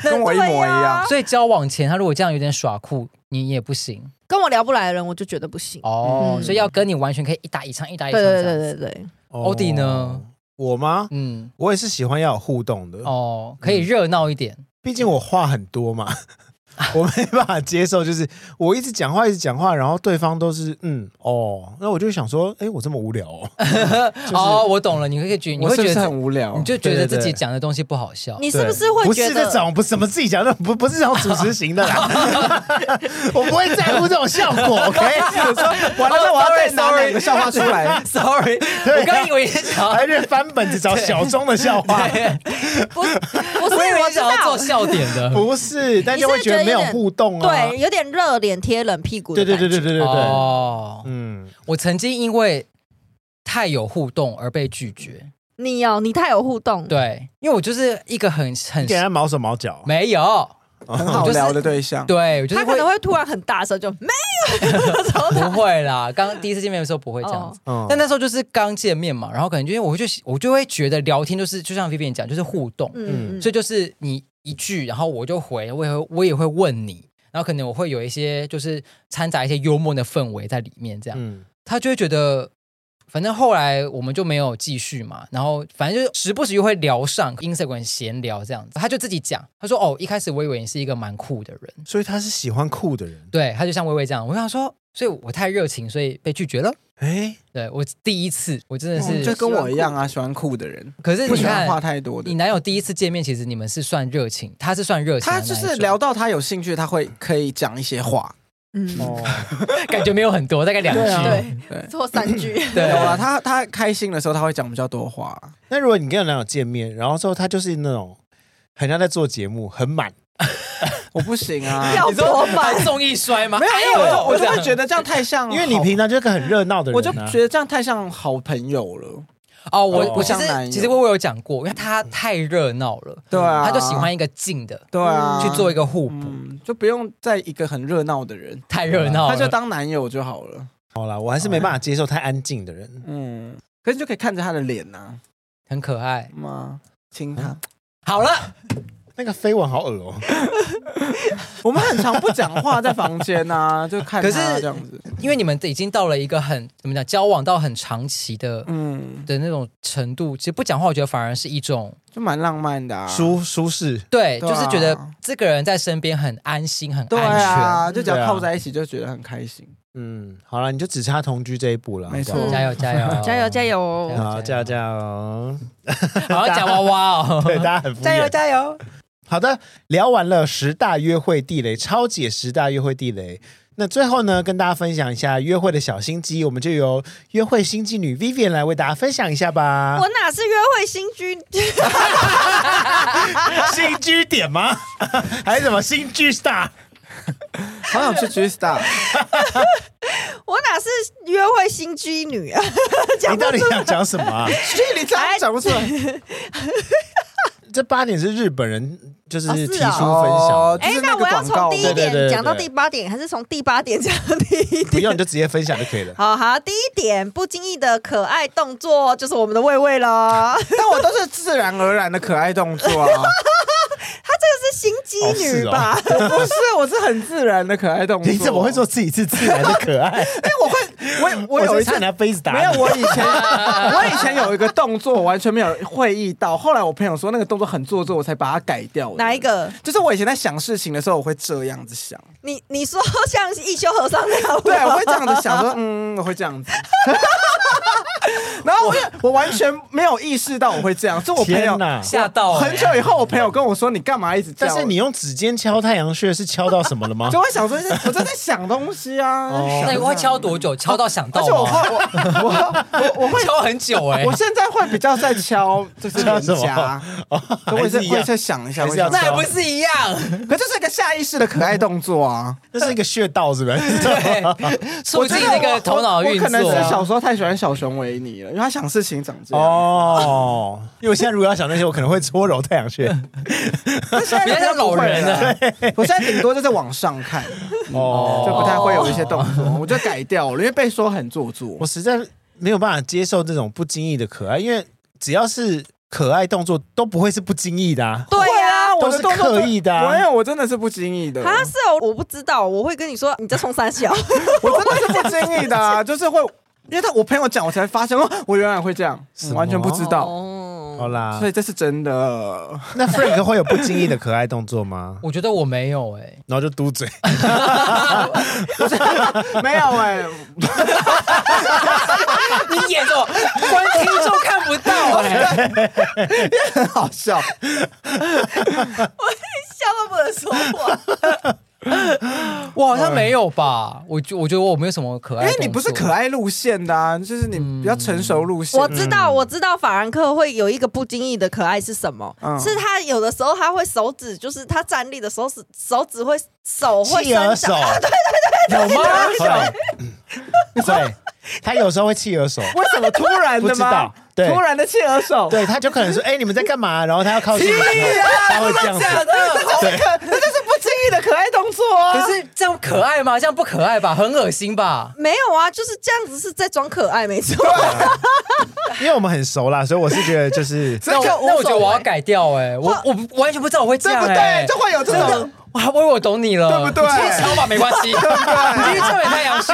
跟我一模一样。所以交往前他如果这样有点耍酷，你也不行跟我聊不来的人，我就觉得不行。哦。嗯所以要跟你完全可以一搭一唱，一搭一对唱。对对对，对， 哦欧弟呢？我吗？嗯。我也是喜欢要有互动的，哦，可以热闹一点。毕竟我话很多嘛， 我没办法接受，就是 我一直讲话，一直讲话，然后对方都是嗯哦，那我就想说，哎，我这么无聊哦，呃哦，我懂了，你会觉得你我会是不觉是得很无聊？你就觉对对得自己对讲的东西不好笑。你是不是会不觉是那得？种不什么自己讲那种不不是那种主持型的啦， 我不会在乎这种效果，OK？完了，我要再拿哦 Sorry，两个笑话出来。 Sorry，对啊我刚以为你想 要，还是翻本子找小钟的笑话，不是，不是，哎我以为我你知想要道做，笑点的。不是，但就会觉得没有互动啊，对，有点热脸贴冷屁股的对对感觉。对对对对对，哦，嗯，我曾经因为太有互动而被拒绝。你哦，你太有互动。对，啊因为我就是一个很很你给他毛手毛脚，没有，很好聊的对象。对我就是他可会能会突然很大声，就没有，然后不他会啦。刚第一次见面的时候不会这哦样子。嗯但那时候就是刚见面嘛，然后可能就因为我就我就会觉得聊天就是就像 Vivian 讲，就是互动，嗯，嗯所以就是你一句，然后我就回，我也会我也会问你，然后可能我会有一些就是掺杂一些幽默的氛围在里面，这样、嗯，他就会觉得反正后来我们就没有继续嘛，然后反正就时不时就会聊上 Instagram 闲聊这样子，他就自己讲，他说哦，一开始我以为你是一个蛮酷的人，所以他是喜欢酷的人。对，他就像微微这样，我想说，所以我太热情，所以被拒绝了。哎，对我第一次，我真的嗯是，就跟我一样啊，喜欢酷的人，可是不你喜欢话看，太多的你。男友第一次见面，其实你们是算热情，他是算热情他的那一就种，是聊到他有兴趣，他会可以讲一些话。嗯，哦，感觉没有很多，大概两句。对，啊对，做三句，对有啦，他他开心的时候他会讲比较多话。那如果你跟你男友见面，然后之后他就是那种很像在做节目，很满，我不行啊， 要你说多满他，综艺摔吗？没有，因为我就我就哎会呦觉得这样太像，因为你平常就是个很热闹的哦我就人啊。觉得这样太像好朋友了。哦，我哦我其像男实友其实我我有讲过，因为他太热闹了，对嗯啊，他就喜欢一个静的对啊去做一个互补，嗯，就不用在一个很热闹的人，太热闹他了。就当男友就好了。好啦，我还是没办法接受太安静的人。嗯，可是你就可以看着他的脸呐，很可爱。妈亲他。好了，那个飞吻好恶哦，我们很常不讲话在房间 呐，就看可是他这样子。因为你们已经到了一个很怎么讲，交往到很长期的嗯，的那种程度，其实不讲话，我觉得反而是一种就蛮浪漫的啊。舒舒适。对，对就啊是觉得这个人在身边很安心、很对安全。啊，就只对要啊靠在一起就觉得很开心。嗯，好了，你就只差同居这一步了。没错好不加 油，加油，加油加油！油！好，好加油加油！好像夹娃娃 哦，对，大家很敷加油，衍。加油！好的，聊完了十大约会地雷，超解十大约会地雷。那最后呢，跟大家分享一下约会的小心机，我们就由约会心机女 Vivian 来为大家分享一下吧我。哪是约会新居？ 新居点吗？ 还是什么新居 star？好想去 G Star，我哪是约会新居女啊？你到底想讲什么、啊？这里讲讲不出来。 这八点是日本人就是哦提是出分啊享的，哦就哎是，那那个我要广从告第一对对对点对讲到第八点，还是从第八点讲到第一不 点？用你就直接分享就可以了。好好，第一点，不经意的可爱动作就是我们的魏魏 了，但我都是自然而然的可爱动作啊，这是心机哦女 吧？我不是，我是很自然的可爱动 作。你怎么会说？自己是自然的可爱？哎，我会， 我我有一次次拿杯子打你，没有，我以 前我以前有一个动作完全没有会意到，后来我朋友说那个动作很做作，我才把它改掉的。哪一个？就是我以前在想事情的时候，我会这样子想，你你说像一休和尚那样吗？对，啊我会这样子想 说，嗯，我会这样子。然后我就我完全没有意识到我会这样，是我朋友天哪吓到了欸很久以后，我朋友跟我说你干嘛一直这但样？是你用指尖敲太阳穴是敲到什么了吗 就？会想说，哎我正在想东西啊。哦 那你会敲多久？敲到想而到且我吗？会，我我我我会， 敲很久哎我，现在会比较在敲，就是脸颊，我哦还会再是一样会再想一下，还会是要想那一还下不是一样？ 可这是一个下意识的可爱动作啊。这是一个穴道， 是不是？对，促我觉进得那我个头脑我运我可能作是啊。小时候太喜欢小熊维尼了，因为他想事情长这 样。哦，因为我现在如果要想那些，我可能会搓揉太阳 穴。但现在原来是老人啊不会了，我现在顶多就是往上看，哦，就不太会有一些动作，我就改掉了，因为被说很做作我。实在没有办法接受这种不经意的可爱，因为只要是可爱动作都不会是不经意的啊。对呀、我的都动是作刻意的啊没有，我真的是不经意的，啊，是哦，我不知道，我会跟你说，你在冲三小，我真的是不经意的啊，就是会，因为他我朋友讲，我才发现哦，我原来会这样，什么完全不知道，好嗯哦，啦所，以这是真的。那 Frank 会有不经意的可爱动作吗？我觉得我没有哎，然后就嘟嘴，没有哎、你演着我，观听众看不到 哎。 很好笑。笑都不能说话。我好像没有吧？我觉我觉得我没有什么可爱因的为动你作，不是可爱路线的、啊，就是你比较成熟路线。我知道，我知道法兰克会有一个不经意的可爱是什么？嗯是他有的时候他会手指，就是他站立的手指，手指会手会企伸鹅展，手，有吗？ 对，他有时候会企鹅手，为什么突然不的知吗道？对突然的企鹅手。对，他就可能说：“哎、你们在干嘛？”然后他要靠近啊你，然后他会这样子。对，那就是不经意的可爱动作啊！可是这样可爱吗？这样不可爱吧？很恶心吧？没有啊，就是这样子是在装可爱，没错。 因为我们很熟啦，所以我是觉得就是那我这个无所那我觉得我要谓改掉哎，我我完全不知道我会这对样不哎对？就。会有这真的种，哇，我以为我懂你了，对不对你继续敲吧，没关系，你继续敲也太阳穴。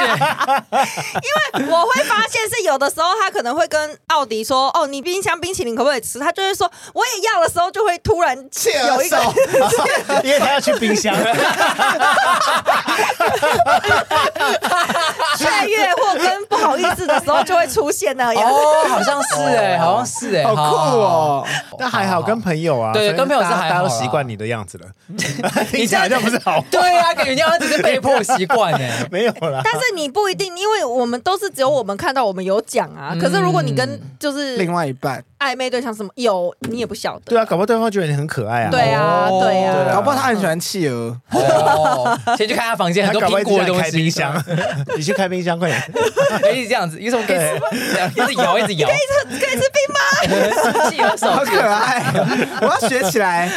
我会发现是有的时候他可能会跟奥迪说：“哦，你冰箱冰淇淋可不可以吃？”他就会说：“我也要。”的时候就会突然 有一个，因为他要去冰箱。雀跃或跟不好意思的时候就会出现那样。哦，好像是哎，好像是哎，好酷哦！但还好跟朋友啊，对所以跟朋友是大家还好大啦家都习惯你的样子 了。 你这讲样这样不是 好？对啊，感觉那样只是被迫习惯哎。没有啦，但是你不一定，因为我们都是只有我们看到我们有讲嗯啊。可是如果你跟就是另外一半，暧昧对象什么有，你也不晓得。对啊，搞不好对方觉得你很可爱啊。对啊，哦对对啊，搞不好他很喜欢企鹅，哦，先去看他房间，他很多搞不好一苹直果想的东开西。冰箱， 你去开冰箱快点。 哎一直这样子，有什么可以吃吗？这样一直摇，一直摇，可以吃冰吗？ 气有手好可爱，我要学起 来。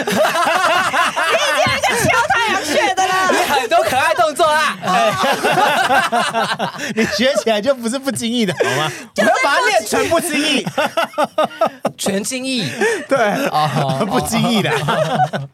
敲太阳穴的啦。你很多可爱动作啦，你学起来就不是不经意的好吗？我要把它练成不经意，全精益对，哦，不经意的，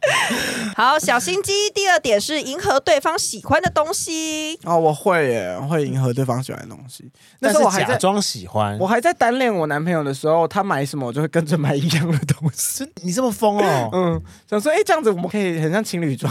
好，小心机。第二点是迎合对方喜欢的东西。哦，我会耶，我会迎合对方喜欢的东西。那时候我但是还假在，装喜欢我。还在单恋我男朋友的时候，他买什么我就会跟着买一样的东西。是你这么疯哦！嗯，想说，哎、这样子我们可以很像情侣装。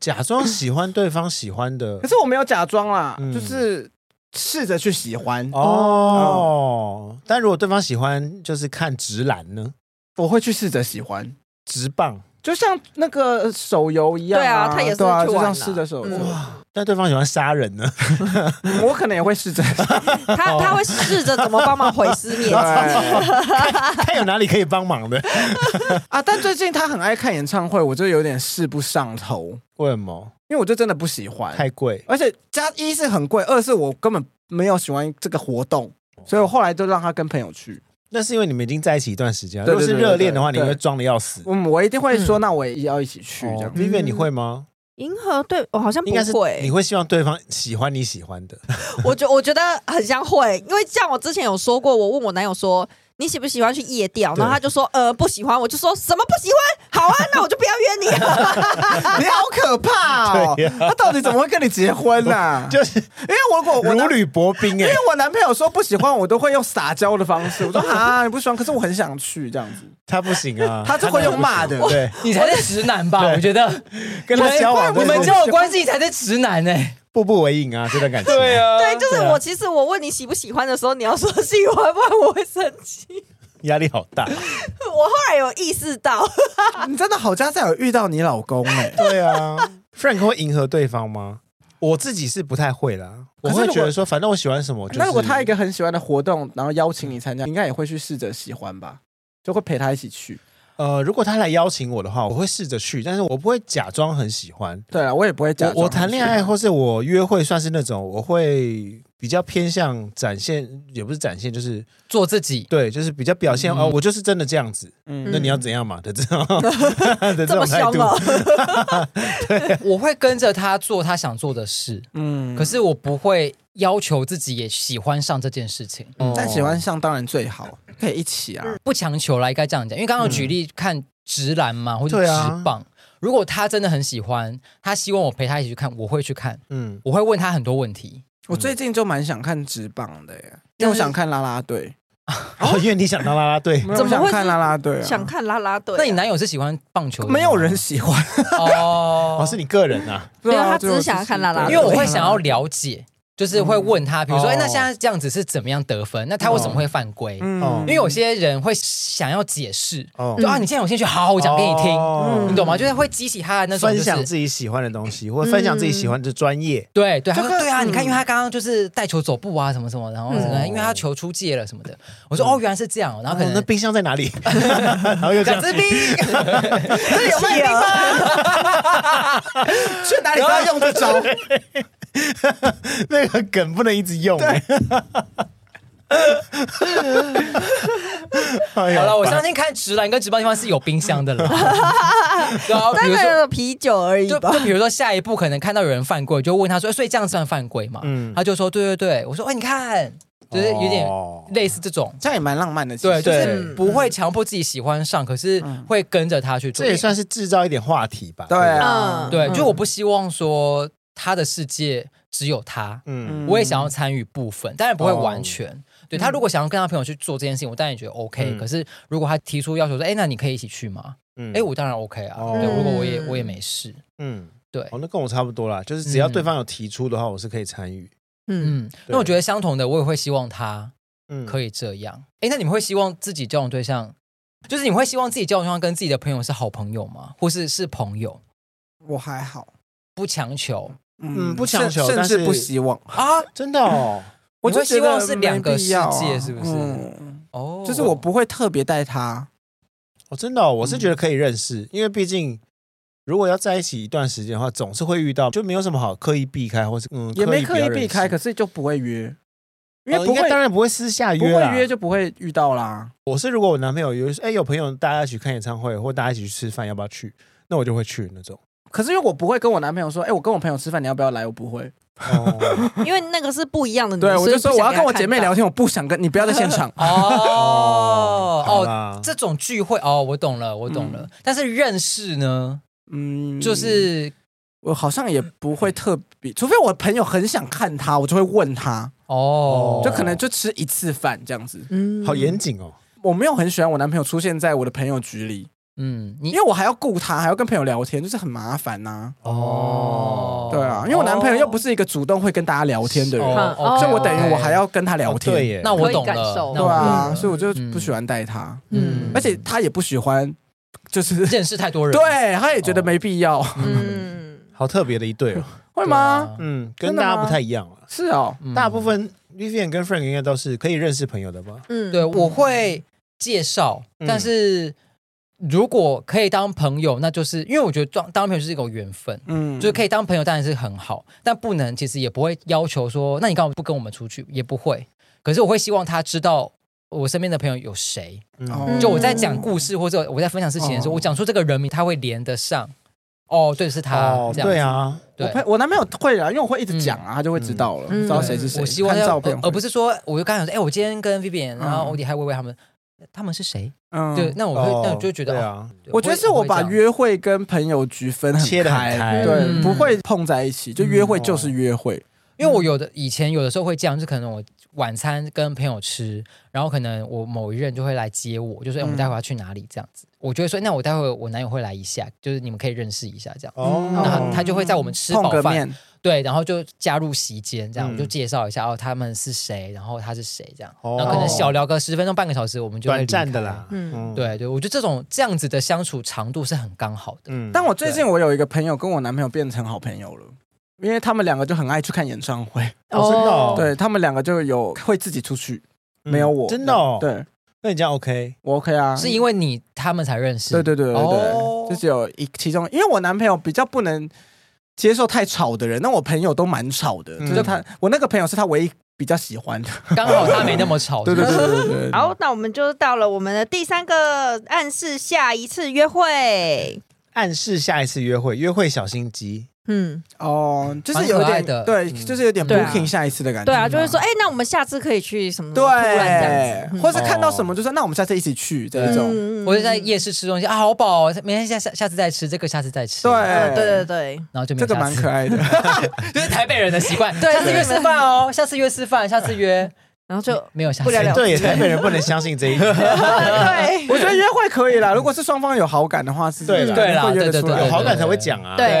假装喜欢对方喜欢的可是我没有假装啦，嗯就是试着去喜欢。哦，但如果对方喜欢，就是看直男呢，我会去试着喜欢，直棒。就像那个手游一样、对啊啊，他也是对啊，去就玩像啊试着手游，嗯但对方喜欢杀人呢？我可能也会试 着。他哦他会试着怎么帮忙毁尸 灭啊迹。对看有哪里可以帮忙的？ 啊，但最近他很爱看演唱会，我就有点试不上头，为什么？因为我就真的不喜欢。太贵而且加一是很贵，二是我根本没有喜欢这个活动，哦所以我后来就让他跟朋友去。那是因为你们已经在一起一段时间了。对如对果对是热恋的话，对你对会装的要死。嗯，我一定会说，那我也要一起去这哦样。 Vivian，你会吗？迎合对我好像不应该是你会，会希望对方喜欢你喜欢 的。我觉我觉得很像会，因为像我之前有说过，我问我男友说你喜不喜欢去夜钓，对然后他就说呃不喜欢，我就说什么不喜欢，好啊，那我就不要约你了。 你好可怕哦！ 对呀他到底怎么会跟你结婚啊呢、 就是因为我如果如我男履薄冰因哎、为我男朋友说不喜欢，我都会用撒娇的方式。我说 啊，你不喜欢，可是我很想去这样子。他不行啊，他是会用骂的他哪里不行你才是直男吧？对我觉得跟他你们交往的你时们候交往关系才是直男哎。对，步步为营啊，这段感情。对啊，对，就是我其实我问你喜不喜欢的时候，你要说喜欢，不然我会生气。压力好大。我后来有意识到， 你真的好家在有遇到你老公哎、对啊，Frank 会迎合对方吗？我自己是不太会啦，我可是会如觉果得说，反正我喜欢什么，就是 那如果他一个很喜欢的活动，然后邀请你参加，你应该也会去试着喜欢吧？就会陪他一起去。呃，如果他来邀请我的话，我会试着去，但是我不会假装很喜欢。对啊，我也不会假我装我谈恋爱或是我约会，算是那种我会比较偏向展现，也不是展现，就是做自己，对，就是比较表现、嗯哦，我就是真的这样子。嗯那你要怎样嘛的这种的这种么态凶度，哦，我会跟着他做他想做的事，嗯可是我不会要求自己也喜欢上这件事情，哦但喜欢上当然最好，可以一起啊。不强求啦，应该这样讲。因为刚刚有举例看直男嘛，或者嗯对直啊棒，如果他真的很喜欢，他希望我陪他一起去看，我会去看，嗯，我会问他很多问题。我最近就蛮想看直棒的耶，因为我想看啦啦队，哦，因为你想当啦啦队，没有怎么我会想看是啦啦队啊？想看啦啦队啊。那你男友是喜欢棒球的吗？没有人喜欢，哦 哦，是你个人啊，没有 对啊他只是想要看啦啦因队为我会想要了解，就是会问他，比如说，哎、那现在这样子是怎么样得分？那他为什么会犯规？嗯哦因为有些人会想要解释，哦就啊，你现在有兴趣，好，我讲给你听，哦你懂吗？就是会激起他的那种、就分是、享自己喜欢的东西，或者分享自己喜欢的专业。对对，他就说跟对啊，你看，因为他刚刚就是带球走步啊，什么什么，然后什么，因为他球出界了什么的。我说哦，原来是这样哦，然后可哦那能冰箱在哪 里？然后又这贾样 志斌，这有卖冰吗？啊去哪里都要用这招。那个梗不能一直用、欸。 哎呀 好了，我相信看直男跟直棒地方是有冰箱的 了。然后比大如说概有啤酒而已就吧。就比如说下一步哎可能看到有人犯规，我就问他说，所以这样算犯规吗？嗯他就说对对对，我说哎，你看。就是有点哦类似这 种。这样也蛮浪漫的。其对，实就对是嗯不会强迫自己喜欢上，可是会跟着他去做。这也算是制造一点话题吧。对不啊，对，就嗯我不希望说他的世界只有他，嗯，我也想要参与部分，当然不会完哦全。对他如果想要跟他朋友去做这件事情，我当然也觉得 OK、嗯可是如果他提出要求说，哎，那你可以一起去吗？嗯哎、我当然 OK 啊。哦对，如果我也嗯我也没事。嗯，对哦，那跟我差不多啦，就是只要嗯对方有提出的话，我是可以参与。嗯，嗯，那我对觉得相同的，我也会希望他嗯，可以。以这样。哎、那你们会希望自己交往对象，就是你们会希望自己交往对象跟自己的朋友是好朋友吗？或是是朋友，我还好，不强求嗯不强甚求甚但至是不希望。啊？真的哦，我就会希望觉得是两没个必要世界啊是不是嗯哦，。就是我不会特别带他，哦，真的哦，我是嗯觉得可以认识，因为毕竟如果要在一起一段时间的话，总是会遇到，就没有什么好刻意避开，或是嗯，也没刻不意要认避识开，可是就不会约，因哦为不应该会当然不会私下不约啦会约就不会遇到啦。我是如果我男朋友有哎、有朋友大家一起看演唱会，或大家一起去吃饭，要不要去？那我就会去那 种。可是因为我不会跟我男朋友说，哎，我跟我朋友吃饭，你要不要来？我不会。哦，因为那个是不一样的你。对，我就所说以不我想要跟我他姐妹看到聊天，我不想跟你不要在现 场哦哦好哦，啦嗯这种聚会哦，我懂了，我懂了。但是认识呢，嗯，就是、我好像也不会特别，除非我朋友很想看他，我就会问他，哦，就可能就吃一次饭这样子。嗯好严谨哦。我没有很喜欢我男朋友出现在我的朋友局里，嗯，因你为我还要顾他，还要跟朋友聊天，就是很麻烦呐、哦，对啊，因为我男朋友又不是一个主动会跟大家聊天的人，哦所以我等于我还要要跟他聊天。哦对耶，那我懂可以感了，受哦那对我懂啊，了所以我就不喜欢带他，嗯而且他也不喜欢，就是认识太多 人，对，啊他也觉得没必要，嗯，好特别的一对 哦。会哦对吗？啊？嗯，跟真的大家不吗太一样啊了。是哦，嗯大部分 Vivian 跟 Frank 应该都是可以认识朋友的吧？嗯，对，我会介绍，嗯但是如果可以当朋友，那就是因为我觉得当当朋友就是一种缘分。嗯，就是可以当朋友，当然是很好，但不能，其实也不会要求说，那你干嘛不跟我们出去？也不会。可是我会希望他知道我身边的朋友有谁，嗯哦就我在讲故事或者我在分享事情的时候，哦我讲出这个人名，他会连得上。哦，对，是他，哦，这样子对，啊，我对朋。我男朋友会啊，因为我会一直讲啊，他就会知道了，嗯知道谁是谁。我希望看要，照而片会，而不是说，我就刚才说，哎，我今天跟 Vivian，然后嗯欧迪还有薇薇他们，他们是谁？嗯对，那我会，那我就觉得，对哦啊，对我觉得会是我会把这样约会跟朋友局分很切得很开对，嗯不会碰在一起，就约会就是约会。因为嗯我有的以前有的时候会这样，就可能我晚餐跟朋友吃，然后可能我某一任就会来接我，就说、哎我嗯们待会要去哪里这样子，我就会说哎那我待会我男友会来一下，就是你们可以认识一下这样。哦，那他他就会在我们吃碰饱个饭，面，对，然后就加入席间，这样、嗯我就介绍一下哦，他们是谁，然后他是谁，这样，哦然后可能小聊个十分钟半个小时，我们就会短暂离的开啦。。嗯嗯，对对，我觉得这种这样子的相处长度是很刚好的。嗯，但我最近我有一个朋友跟我男朋友变成好朋友了。因为他们两个就很爱去看演唱会，哦真的哦对他们两个就有会自己出去，嗯没有我真的哦。，对那你这样 OK？我 OK 啊，是因为你他们才认识，对对对对对，哦就是有一其中，因为我男朋友比较不能接受太吵的人，那我朋友都蛮吵的，嗯就是他，我那个朋友是他唯一比较喜欢的，刚好他没那么吵，对对哦是对不是 对对对。好，那我们就到了我们的第三个暗示，下一次约会。暗示下一次约会，约会小心机。嗯，哦，就是蛮有可爱点的对，嗯就是有点对啊 booking 下一次的感觉对嘛，啊，就是说，哎，那我们下次可以去什么？什么突然这样子对，或是看到哦什么就说那我们下次一起去这一嗯种，嗯嗯我就在夜市吃东西啊，好饱、哦，明天下下下次再吃这个，下次再吃。对嗯对对对，然后就这没个有下次蛮可，爱的，就是台北人的习惯。对下次约吃饭哦，下次约吃饭，下次约然后 就没有下次。不了了之哎对耶，台北人不能相信这 一点。对我觉得约会可以啦，如果是双方有好感的话是对啦啦，对啦会约对得对出对有来，好感才会讲啊。对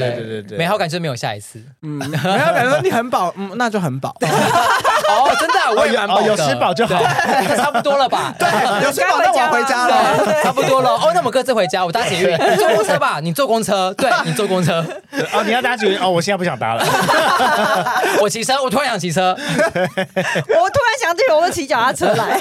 对对对对，没好感就是没有下一次。嗯，没有感觉你很饱，嗯，那就很饱，哦，真的啊，我也蛮饱哦的有吃饱就好对差不多了吧？对， 有吃饱那我回家了。差不多了。哦，那我们各自回家，我搭捷运，你坐公车吧，你坐公车，对你坐公车，哦，你要搭捷运哦，我现在不想 搭了。我骑车，我突然想骑车。我突然想起我们骑脚踏车 来。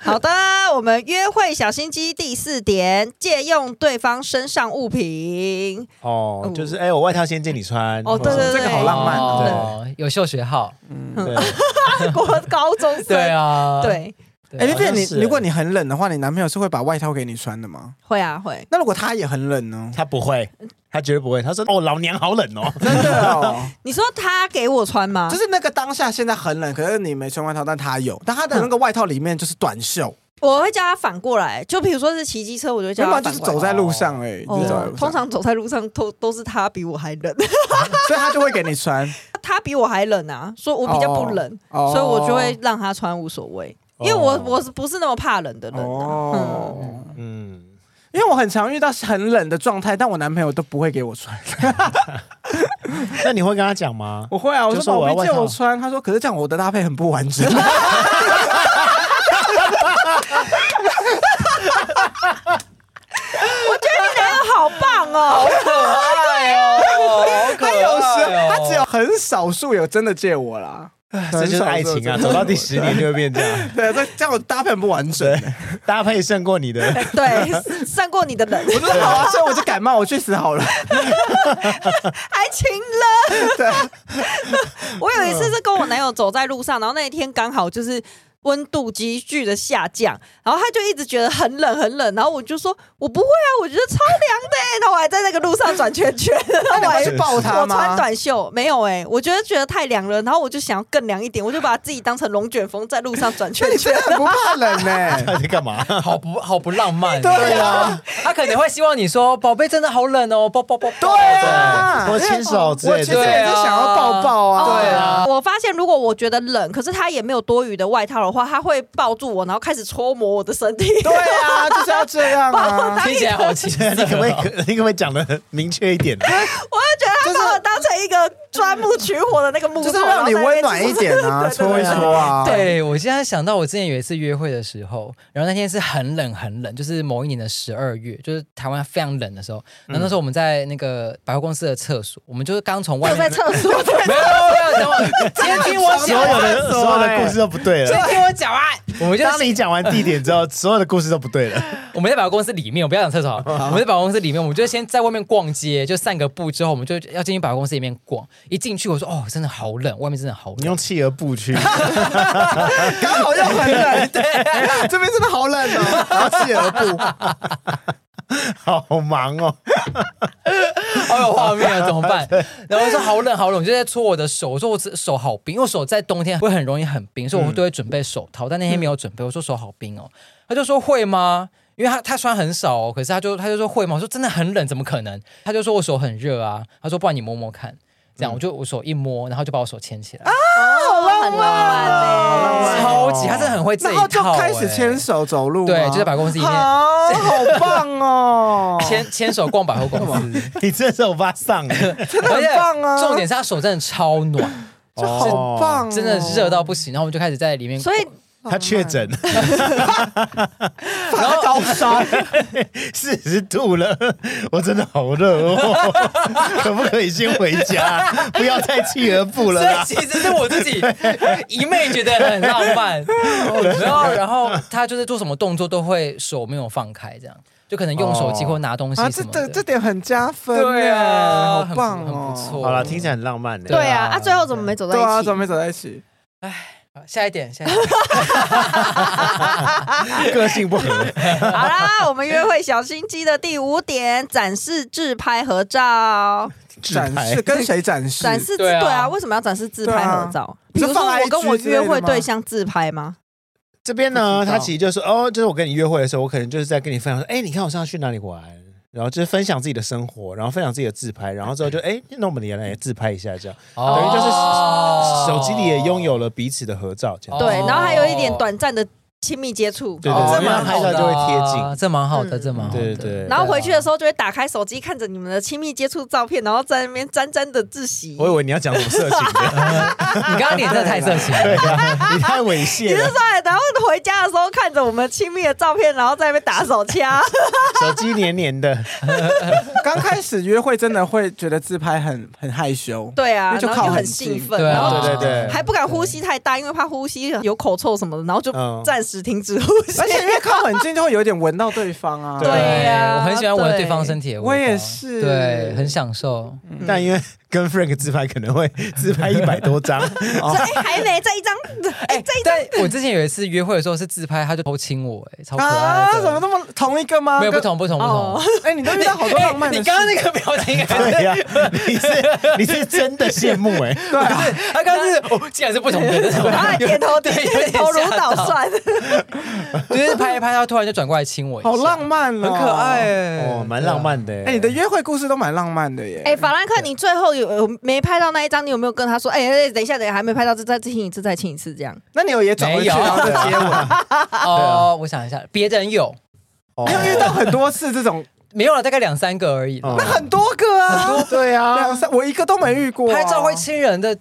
好的，我们约会小心机第四点，借用对方身上物品。嗯哦，就是哎，我外套先借你穿。哦，对对对，这个好浪漫哦，有秀学号，对，漫，国高中生。对啊，对，对哎，啊，丽好丽，像你是如果你很冷的话，你男朋友是会把外套给你穿的吗？会啊会。那如果他也很冷呢？他不会，他绝对不会。他说：“哦，老娘好冷哦。真 的哦，你说他给我穿吗？就是那个当下现在很冷，可是你没穿外套，但他有，但他的那个外套里面就是短袖，我会叫他反过来，就比如说是骑机车，我就会叫原他啊本反啊就是过来走在路上而已，就是走在哦，路通上，常走在路上都都是他比我还冷，所以他就会给你 穿。他比我还冷啊，所以我比较不冷，哦所以我就会让他穿无所谓，因为我哦我是不是那么怕冷的人啊、哦。嗯”嗯，因为我很常遇到很冷的状态，但我男朋友都不会给我穿。 那你会跟他讲吗？ 我会啊，我就说说我宝要贝借外套我穿，他说可是这样我的搭配很不 完整。我觉得你男人好棒 哦，爱哦，好可他有时爱候他只哦。有很少数有真的借我啦。这就是爱情啊！走到第十年就会变这样，对，啊这这样我搭配很不完整。 搭配胜过你的。对，胜过你的冷，我 说好啊，所以我就感冒，我去死好 了。还晴了。对， 我有一次是跟我男友走在路上，然后那一天刚好就是温度急剧的下降，然后他就一直觉得很冷很冷，然后我就说我不会啊，我觉得超凉的、欸，然后我还在那个路上转圈圈，然后我那还你会去抱他我穿吗？短袖没有哎、我觉得觉得太凉了，然后我就想要更凉一点，我就把自己当成龙卷风在路上转圈那 你圈 真。的很不怕冷呢、 他在干 嘛？好不好不浪漫，对啊，他可能会希望你说：“宝贝，真的好冷哦，抱抱抱。”对，啊，或牵手之类我其实的。对也是想要抱抱啊。对啊哦我发现如果我觉得冷，可是他也没有多余的外套的话，他会抱住我，然后开始搓磨我的身 体。对啊，就是要这样啊。听起来好奇对啊，你可不可以可你可不可以讲的明确一 点？我就觉得他把我当成一个钻木取火的那个木头，就是让你温暖一点然啊， 后在那搓一边搓啊。对，我现在想到我之前有一次约会的时候，然后那天是很冷很冷，就是某一年的十二月，就是台湾非常冷的时候。然后那时候我们在那个百货公司的厕所，我们就是刚从外就面在厕所。 没有没有，等我， 先听我所讲有完，的所有的故事都不对了。先听我讲完。我们就当你讲完地点之后，所有的故事都不对了。 我们在百货公司里面，我不要讲厕所好了，我们在百货公司里面，我们就先在外面逛街，就散个步之后，我们就要进去百货公司里面逛。一进去，我说哦，真的好冷，外面真的好你冷。用企鹅步 去，刚好又很冷， 对，这边真的好冷哦，然后企鹅布，好忙哦。好有画面啊，怎么办？ 然后我说好冷好冷，我就在搓我的手，我说我这手好冰，因为我手在冬天会很容易很冰，嗯所以我都会准备手套，但那天没有准备，我说手好冰哦，他就说会吗？因为他他穿很少哦，可是他就他就说会吗？我说真的很冷，怎么可能？他就说我手很热啊，他说不然你摸摸看，这嗯样我就我手一摸，然后就把我手牵啊起来，好浪漫哦漫呢、超级他真的很会 这一然套、后就开始牵哎手走路吗，对，就在百货公司里面！好，好棒哦 牵牵手逛百货公 司，你这是我发丧，而且很棒啊重点是他手真的超暖，这好棒、哦，啊真的热到不行，然后我们就开始在里面，所以他确诊然后高烧，四十度了，我真的好热 哦，可不可以先回家，不要再企鹅步了所以啦？其实是我 自己一昧觉得很浪漫，哦然后然后他就是做什么动作都会手没有放开，这样就可能用手机哦或拿 东西啊，什这么这的。这点很加分耶，对啊，好很不棒很哦，不错。好了，听起来很浪漫呢。对对啊，啊啊，最后怎么没走在对啊，一起怎？么没走在一起？好下一点，下一点。 个性不合，好啦，我们约会小心机的第五点，展示自拍合照。自展拍示跟谁展示？展示自对啊对啊，为什么要展示自拍合照？比对啊如说我跟我你是放 IG 之类约的吗会对象自拍吗？ 这边呢，不知他道其实就是哦，就是我跟你约会的时候，我可能就是在跟你分享说，哎，你看我上次去哪里玩，然后就是分享自己的生活，然后分享自己的自拍，然后之后就哎，那我们也来自拍一下，这样 等于就是哦手机里也拥有了彼此的合照，这样哦对，然后还有一点短暂的亲密接触。对哦对，这因为蛮拍好照的就会贴近，啊这蛮好的，嗯这蛮好的。对对。然后回去的时候就会打开手机，看着你们的亲密接触照片，然后在那边沾沾的自喜。我以为你要讲什么色情 的，你刚刚脸真的太色情了。对啊，你太猥你亵是了说。，然后回家的时候看着我们亲密的照片，然后在那边打手 枪？手机黏黏的，刚开始约会真的会觉得自拍很很害羞，对啊，因为就然后靠就很很兴近嗯奋， 对然啊后对对对，还不敢呼吸太大，因为怕呼吸有口臭什么的，然后就嗯暂时停止呼吸。而且因为靠很近就会有点闻到对方啊。对呀我很喜欢闻对方对身体的味道。我也是嗯对，很享受。但因为跟 Frank 自拍可能会 自拍一百多张，说哦哎还没再一张，哎再一张，但我之前有一次约会的时候是自拍，他就偷亲我，哎，超可爱啊，的。怎么那么同一个吗？没有不跟。 同不同不同哦。哎，你都遇到好多浪漫 的你事。刚刚那个表 情，对呀、你是你是真的羡慕 哎、对啊， 他刚刚是哦，竟然是不同 的那 种，然后还点头对点有点头如吓捣到蒜，就是拍一拍，他突然就转过来亲我，好啊浪，漫哦，很可爱。哎，哦，蛮浪漫的、哎，你的约会故事都蛮浪漫的 耶。哎、法兰克，你最后有有没拍到那一张？你有没有跟他说？哎、哎等一下，等一下，还没拍到，这再亲一次，再亲一次，这样。那你有也转回去，啊没有然后再接啊吻？哦，我想一下，别人有哦你哦有遇到很多次这种，没有了？大概两三个而已啦。哦很多个啊，对啊，两三，我一个都没遇过啊。拍照会亲人的，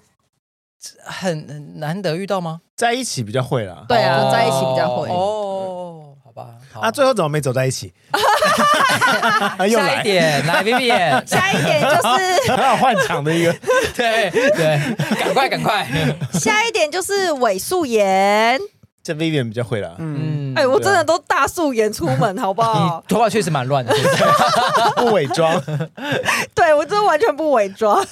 很很难得遇到吗？在一起比较会啦。对啊，哦在一起比较会。哦，好吧，好啊，最后怎么没走在一起？啊又下一来，点来 Vivian，下一点 就很好 换场的一个。 对对，嗯赶快赶快，是下一点就是伪素颜。这 Vivian 比较会啦，嗯哎、我真的都大素颜出门，好不好？头发确实蛮乱的， 对不对不伪装。对我真的完全不伪装。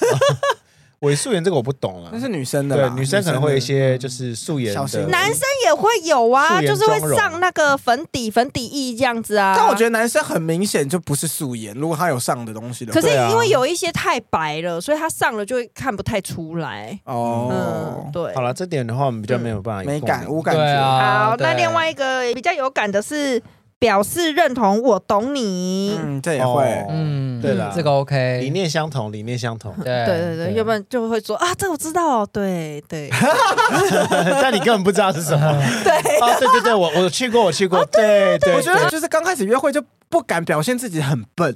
伪素颜这个我不懂了那，是女生的对啦，女生可能会有一的些就是素颜小心的，男生也会有啊，素颜就是会妆容上那个粉底、粉底液这样子啊。但我觉得男生很明显就不是素颜，如果他有上的东西的话，可是对啊因为有一些太白了，所以他上了就会看不太出来。哦嗯，，对好。了，这点的话我们比较没有办法美共感鸣无感对觉，啊。好，那对另外一个比较有感的是表示认同，我懂你。嗯，这也会哦。嗯，对啦这个 OK，，理念相同，理念相同 对对对对，要不然就会说啊，这我知道哦，对对但你根本不知道是什么。 对，哦，对对对，我我去过，我去哦过，对对，我觉得就是刚开始约会就不敢表现自己很笨，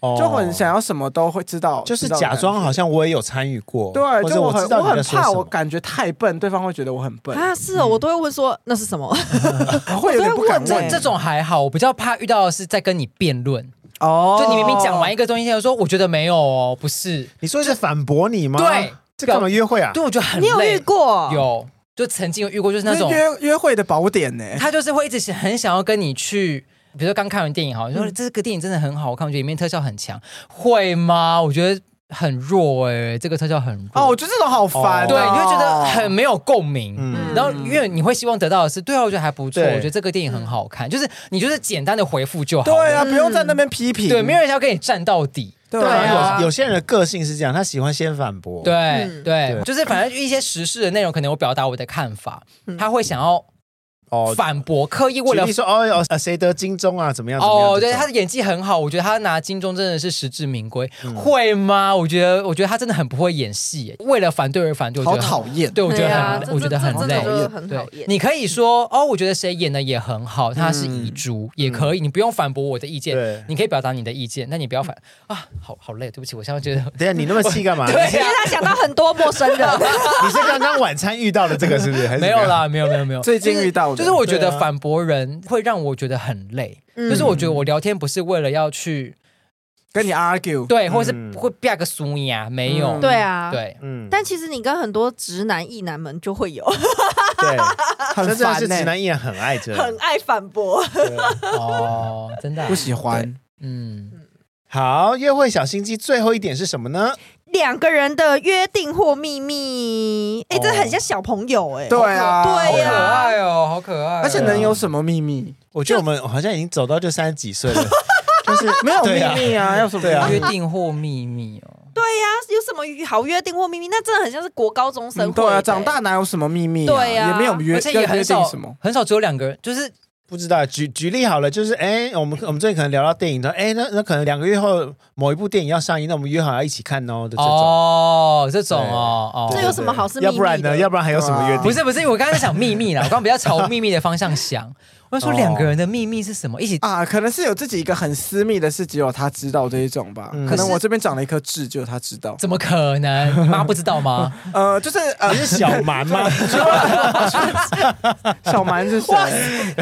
对就很想，要什么都会知道，哦就是知道的假感觉装好像我也有参与过，或对，者就我很知道我你在很说怕，什我么。感觉太笨，对方会觉得我很笨，啊是哦，我都会问说那是什么，我会有点不我敢都会问问这种还好，我比较怕遇到的是在跟你辩论，哦就你明明讲完一个东西，他说我觉得没有哦，不是，你说是反驳你吗？对这干嘛约会啊？对我觉得很 你累。有遇过？ 有，就曾经有遇过，就是那那种约约会的宝典呢，他就是会一直想很想要跟你去。比如说刚看完电影好，你嗯说这个电影真的很好看，我觉得里面特效很强，会吗？我觉得很弱哎、这个特效很弱。哦，我觉得这种好烦哦，对，你会觉得很没有共鸣。嗯然后，因为你会希望得到的是，对啊，我觉得还不错，对我觉得这个电影很好看，就是你就是简单的回复就好了。对啊，不用在那边批评，对，没有人要跟你站到底。对对啊啊，有有些人的个性是这样，他喜欢先反驳。对、啊嗯对对，就是反正一些时事的内容，可能我表达我的看法，他会想要哦，反驳，刻意为举了例说哦哦，呃谁得金钟啊？怎么样？怎么样哦，对，这种他的演技很好，我觉得他拿金钟真的是实至名归。嗯会吗？我觉得，我觉得他真的很不会演戏耶，为了反对而反对，我觉好得很讨厌，对，我觉对得很，啊，这我觉得这这很累这。种就很讨对厌，。你可以说哦，我觉得谁演的也很好，他是嗯遗珠，也可以，你不用反驳我的意见对，你可以表达你的意见，但你不要反嗯啊，好好累，对不起，我现在 觉得等一下你那么气干嘛？对因为他想到很多陌生人， 你是刚刚晚餐遇到的这个是不是？还是 没有啦，没有没有没有，最近遇到的就是我觉对得啊反驳人会让我觉得很累，嗯就是我觉得我聊天不是为了要去跟你 argue，对，或者嗯是会变个俗呀，没有，嗯对啊，。对，怎么样？嗯，但其实你跟很多直男异男们就会有对，很啊这真的烦是欸呢直男艺人啊很爱这样。很爱反驳，对哦，真的啊不喜欢，嗯，好，约会小心机最后一点是什么呢？两个人的约定或秘密，哎，哦这很像小朋友哎，对啊，好对可呀爱哦，好可爱哦，而且能有什么秘密？我觉得我们好像已经走到就三十几岁了， 就是没有对啊秘密啊，要什么秘对密？啊约定或秘密哦，对呀，啊有什么好约定或秘密？那真的很像是国高中生嗯会对啊，的长大哪有什么秘密？对啊也没有约，而且也要很约少定什么。很少只有两个人，就是不知道，举举例好了，就是哎、我们我们最近可能聊到电影的，哎、那那可能两个月后某一部电影要上映，那我们约好要一起看哦的这种。哦，这种哦哦，这有什么好是秘密要的不然呢？要不然还有什么约定？不是不是，我刚刚在想秘密 啦，我刚刚比较朝秘密的方向想，我就说哦两个人的秘密是什么？一起 啊，可能是有自己一个很私密的事，只有他知道这一种吧。嗯可能我这边长了一颗痣，只有他知道。怎么可能？你妈不知 道吗？呃，就是呃你，是小蛮吗？ 小蛮是谁？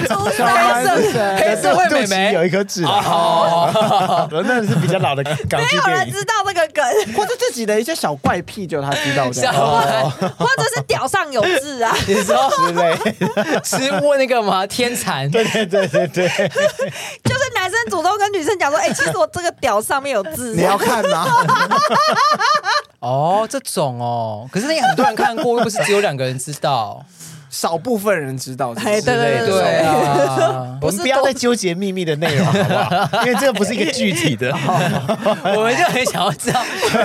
初小三蛮生是谁？黑社会肚妹脐妹有一颗痣啊，哦，那是比较老的港没剧有电人影。知道这个梗， 或者自己的一些小怪癖，只有他知道哦小的。蛮， 或者是屌上有痣啊， 你说之类吃过那个吗？天蚕，对对对对对，就是男生主动跟女生讲说，哎，其实我这个屌上面有你痣要啊，看吗？哦，这种哦，可是那也很多人看过，又不是只有两个人知 道。 少部分人知道这哎，些对之对类对的。对啊，我不们是不要都再纠结秘密的内容，好不好？因为这个不是一个具体的。我们就很想要知道，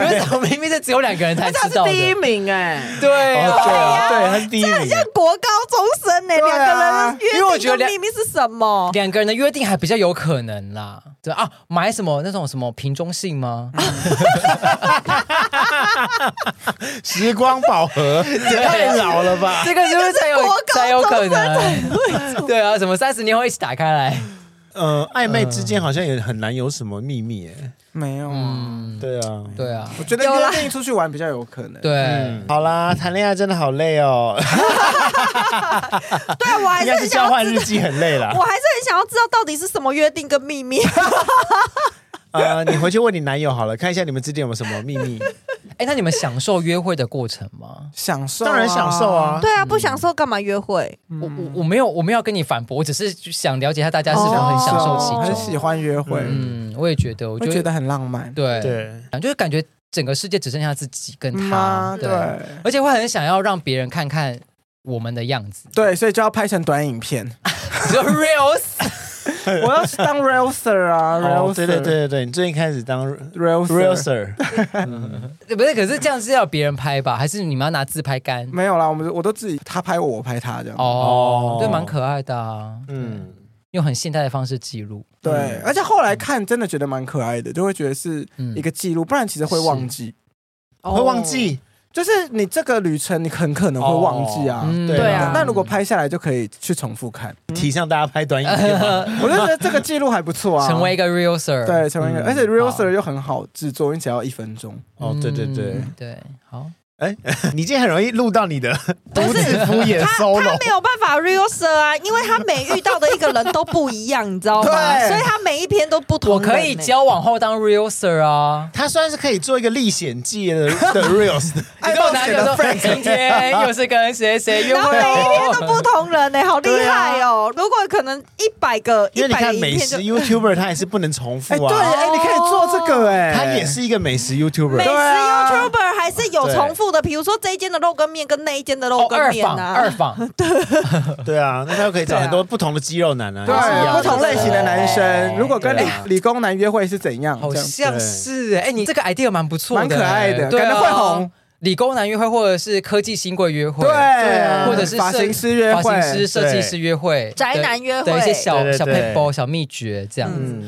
为什么明明是只有两个人 才而且他知是道的？第一名哎，对啊，对，他是第一名。像国高中生呢、对两、啊个人的因为我约觉定跟得两秘密是什么？ 两个人的约定还比较有可能啦。对啊，买什么那种什么瓶中信 吗？时光宝盒，太老了吧？这个是不是才 有这个是国高中才有可能？ 对啊，什么三十年后一起打开来？呃，暧昧之间好像也很难有什么秘密耶。没有，嗯，对啊，对啊，我觉得约定出去玩比较有可能。，对。好啦，谈恋爱真的好累哦，对，啊我还是应 该是很交想要换知日道，记很累啦我。还是很想要知道到底是什么约定跟秘密。呃，你回去问你男友好了，看一下你们之间有没有什么秘密。哎，那你们享受约会的过程吗？享受嗯当然享受啊，对啊，不享受干嘛约会？我我我没有我没有要跟你反驳，我只是想了解一下大家是否很享受其哦很中。喜欢约会，嗯，我也觉得，我我觉得很浪漫。对， 对，就是感觉整个世界只剩下自己跟嗯他啊，对，对而且会很想要让别人看看我们的样子， 对，所以就要拍成短影片。就 reels， 我要当 realer 啊哦，realer，对对对对对，你最近开始当 real ，realer。 sir， 不是？可是这样是要别人拍吧？还是你们要拿自拍杆？没有啦，我们我都自己，他拍我，我拍他这样。哦哦，对，蛮可爱的啊，嗯，用很现代的方式记录，对，而且后来看真的觉得蛮可爱的，就会觉得是嗯一个记录，不然其实会忘记。哦会忘记，就是你这个旅程，你很可能会忘记啊。嗯对对那啊那如果拍下来就可以去重复看，嗯提倡大家拍短影片 嘛。我就觉得这个记录还不错啊。 成为一个 reelser，对，成为一个，嗯而且 real 好 sir 又很好制作，你只要一分钟。哦，对对对，嗯对，好，你今天很容易录到你的独不是自敷衍 他他 solo。没有办法 real sir 啊，因为他每遇到的一个人都不一样，你知道吗？对所以他每一篇都不同我人呢、可以交往后当 reelser 啊。他虽然是可以做一个历险 记的的 reels，哎你跟我拿着说，哎今天又是跟谁谁约然后会每一篇都哦，不同人呢、好厉害哦！如果可能一百个因一为你百个看影美片就食 YouTuber 他也是不能重哎，复对，啊，哎，你可以做这个，哎，他也是一个美食 YouTuber，美食对啊 YouTuber 还是有重复的，比如说这一间的肉羹面跟那一间的肉哦羹二面访啊，二访，对啊，那他可以找对啊很多不同的肌肉男啊，对也是一样不同类型的男对生，如果跟理对啊理工男约会是怎样？好 这样像是哎，你这个 idea 蛮不错的，蛮可爱的对啊感觉会红。理工男约会，或者是科技新贵约会，对，啊或者是设发型师约发会，型师、设计师约会、宅男约会的一些小对对小对 p a 小秘诀这样子，嗯，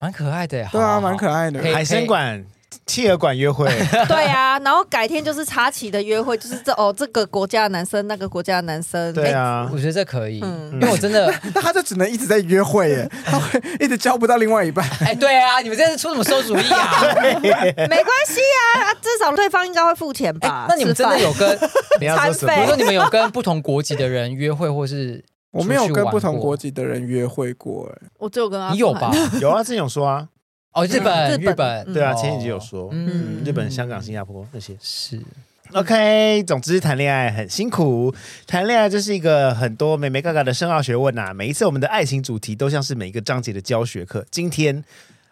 蛮可爱的呀。对啊，蛮可爱。爱的可。以海参馆、企鹅馆约会， 对啊，然后改天就是插旗的约会，就是这哦，这个国家的男生，那个国家的男生，对哎， 啊，我觉得这可以，嗯因为我 真的，那他就只能一直在约会耶，他会一直交不到另外一 半。哎，对啊，你们这是出什么馊主意 啊？嗯没关系啊，啊至少对方应该会付钱吧哎，？那你们真的有跟，你要说什餐费比如么？说你们有跟不同国籍的人约会，或是我没有出去跟玩不同过国籍的人约会过，哎，我只有跟他你有吧？？有啊，之前有说啊，哦，日日本，本日本，嗯对啊，前几集有说，嗯嗯，日本、香港、新加坡那些。是 OK，总嗯之谈恋爱很辛苦，谈恋爱就是一个很多美眉嘎嘎的深奥学问呐、每一次我们的爱情主题都像是每一个章节的教学课。今天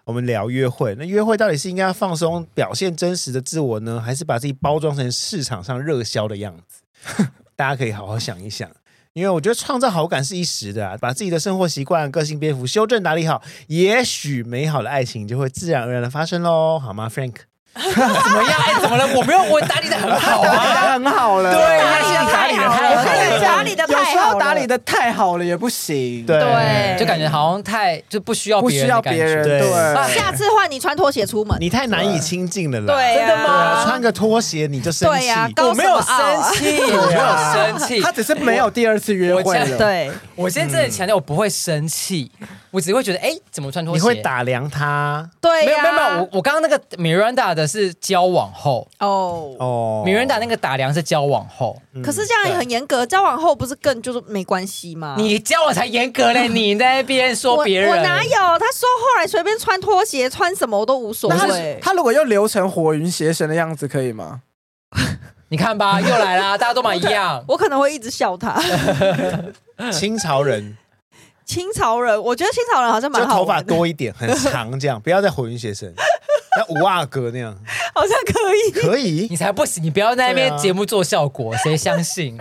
我们聊约会，那约会到底是应该要放松、表现真实的自我呢，还是把自己包装成市场上热销的样子？大家可以好好想一想。因为我觉得创造好感是一时的、啊，把自己的生活习惯、个性篇幅修正打理好，也许美好的爱情就会自然而然的发生喽，好吗，Frank？怎么样？哎，怎么了？我没有，我打理的很好啊。 打理得哦很好了，对打理啊的打理太好得太了，好了对打理的有太时好候了，打理的太好了也不行，对对，就感觉好像太就不需要不别需人要的感别觉，人，对下次换你穿拖鞋出门，你太难以亲近了啦。对啊真的吗对啊穿个拖鞋你就生气。对呀高我没有什么傲啊生气，我没有 生气。啊他只是没有第二次约我会我了。对，我现在真的强调，我不会生气，我只会觉得，哎，怎么穿拖你鞋？会？打量他对没有呀，没有没有，我我刚刚那个 Miranda 的是交往后哦。哦。嗯，Miranda 那个打量是交往后，可是这样也很严格，交往后不是更就是没关系吗？你交往才严格嘞，你在那边说别人，我，我哪？有？他说后来随便穿拖鞋穿什么我都无所那他谓。他如果又留成火云邪神的样子，可以吗？你看吧，又来啦， 大家都蛮一样。我可能会一直笑 他。清朝人，清朝人，我觉得清朝人好像就蛮好头发玩的。多一点，很长，这样不要再火云邪神。 那五阿哥那样好像可以。可以。你才不行，你不要在那对边啊节目做效果，啊谁相信？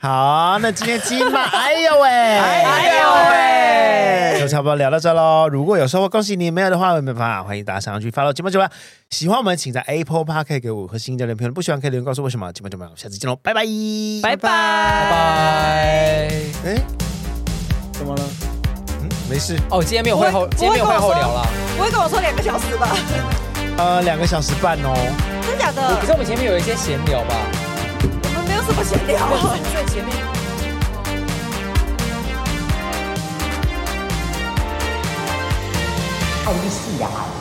好，那今天金马，哎呦喂，哎哎就差不多聊到这喽。如果有收获，恭喜你；没有的话，没办法，欢迎大家上去 follow 节目九八。喜欢我们，请在 Apple Park 可以给我五颗星加点评论；不喜欢可以留言告诉我为什么。节目九八，下次见喽，拜拜， 拜拜。拜。哎，怎么了？嗯，没事，哦，今天没有会后，不会今天没有会后聊啦。不会跟我说两个小时吧？呃，两个小时半哦。真假的可？是我们前面有一些闲聊吧。我们没有什么闲聊。最前面。爱丽丝牙。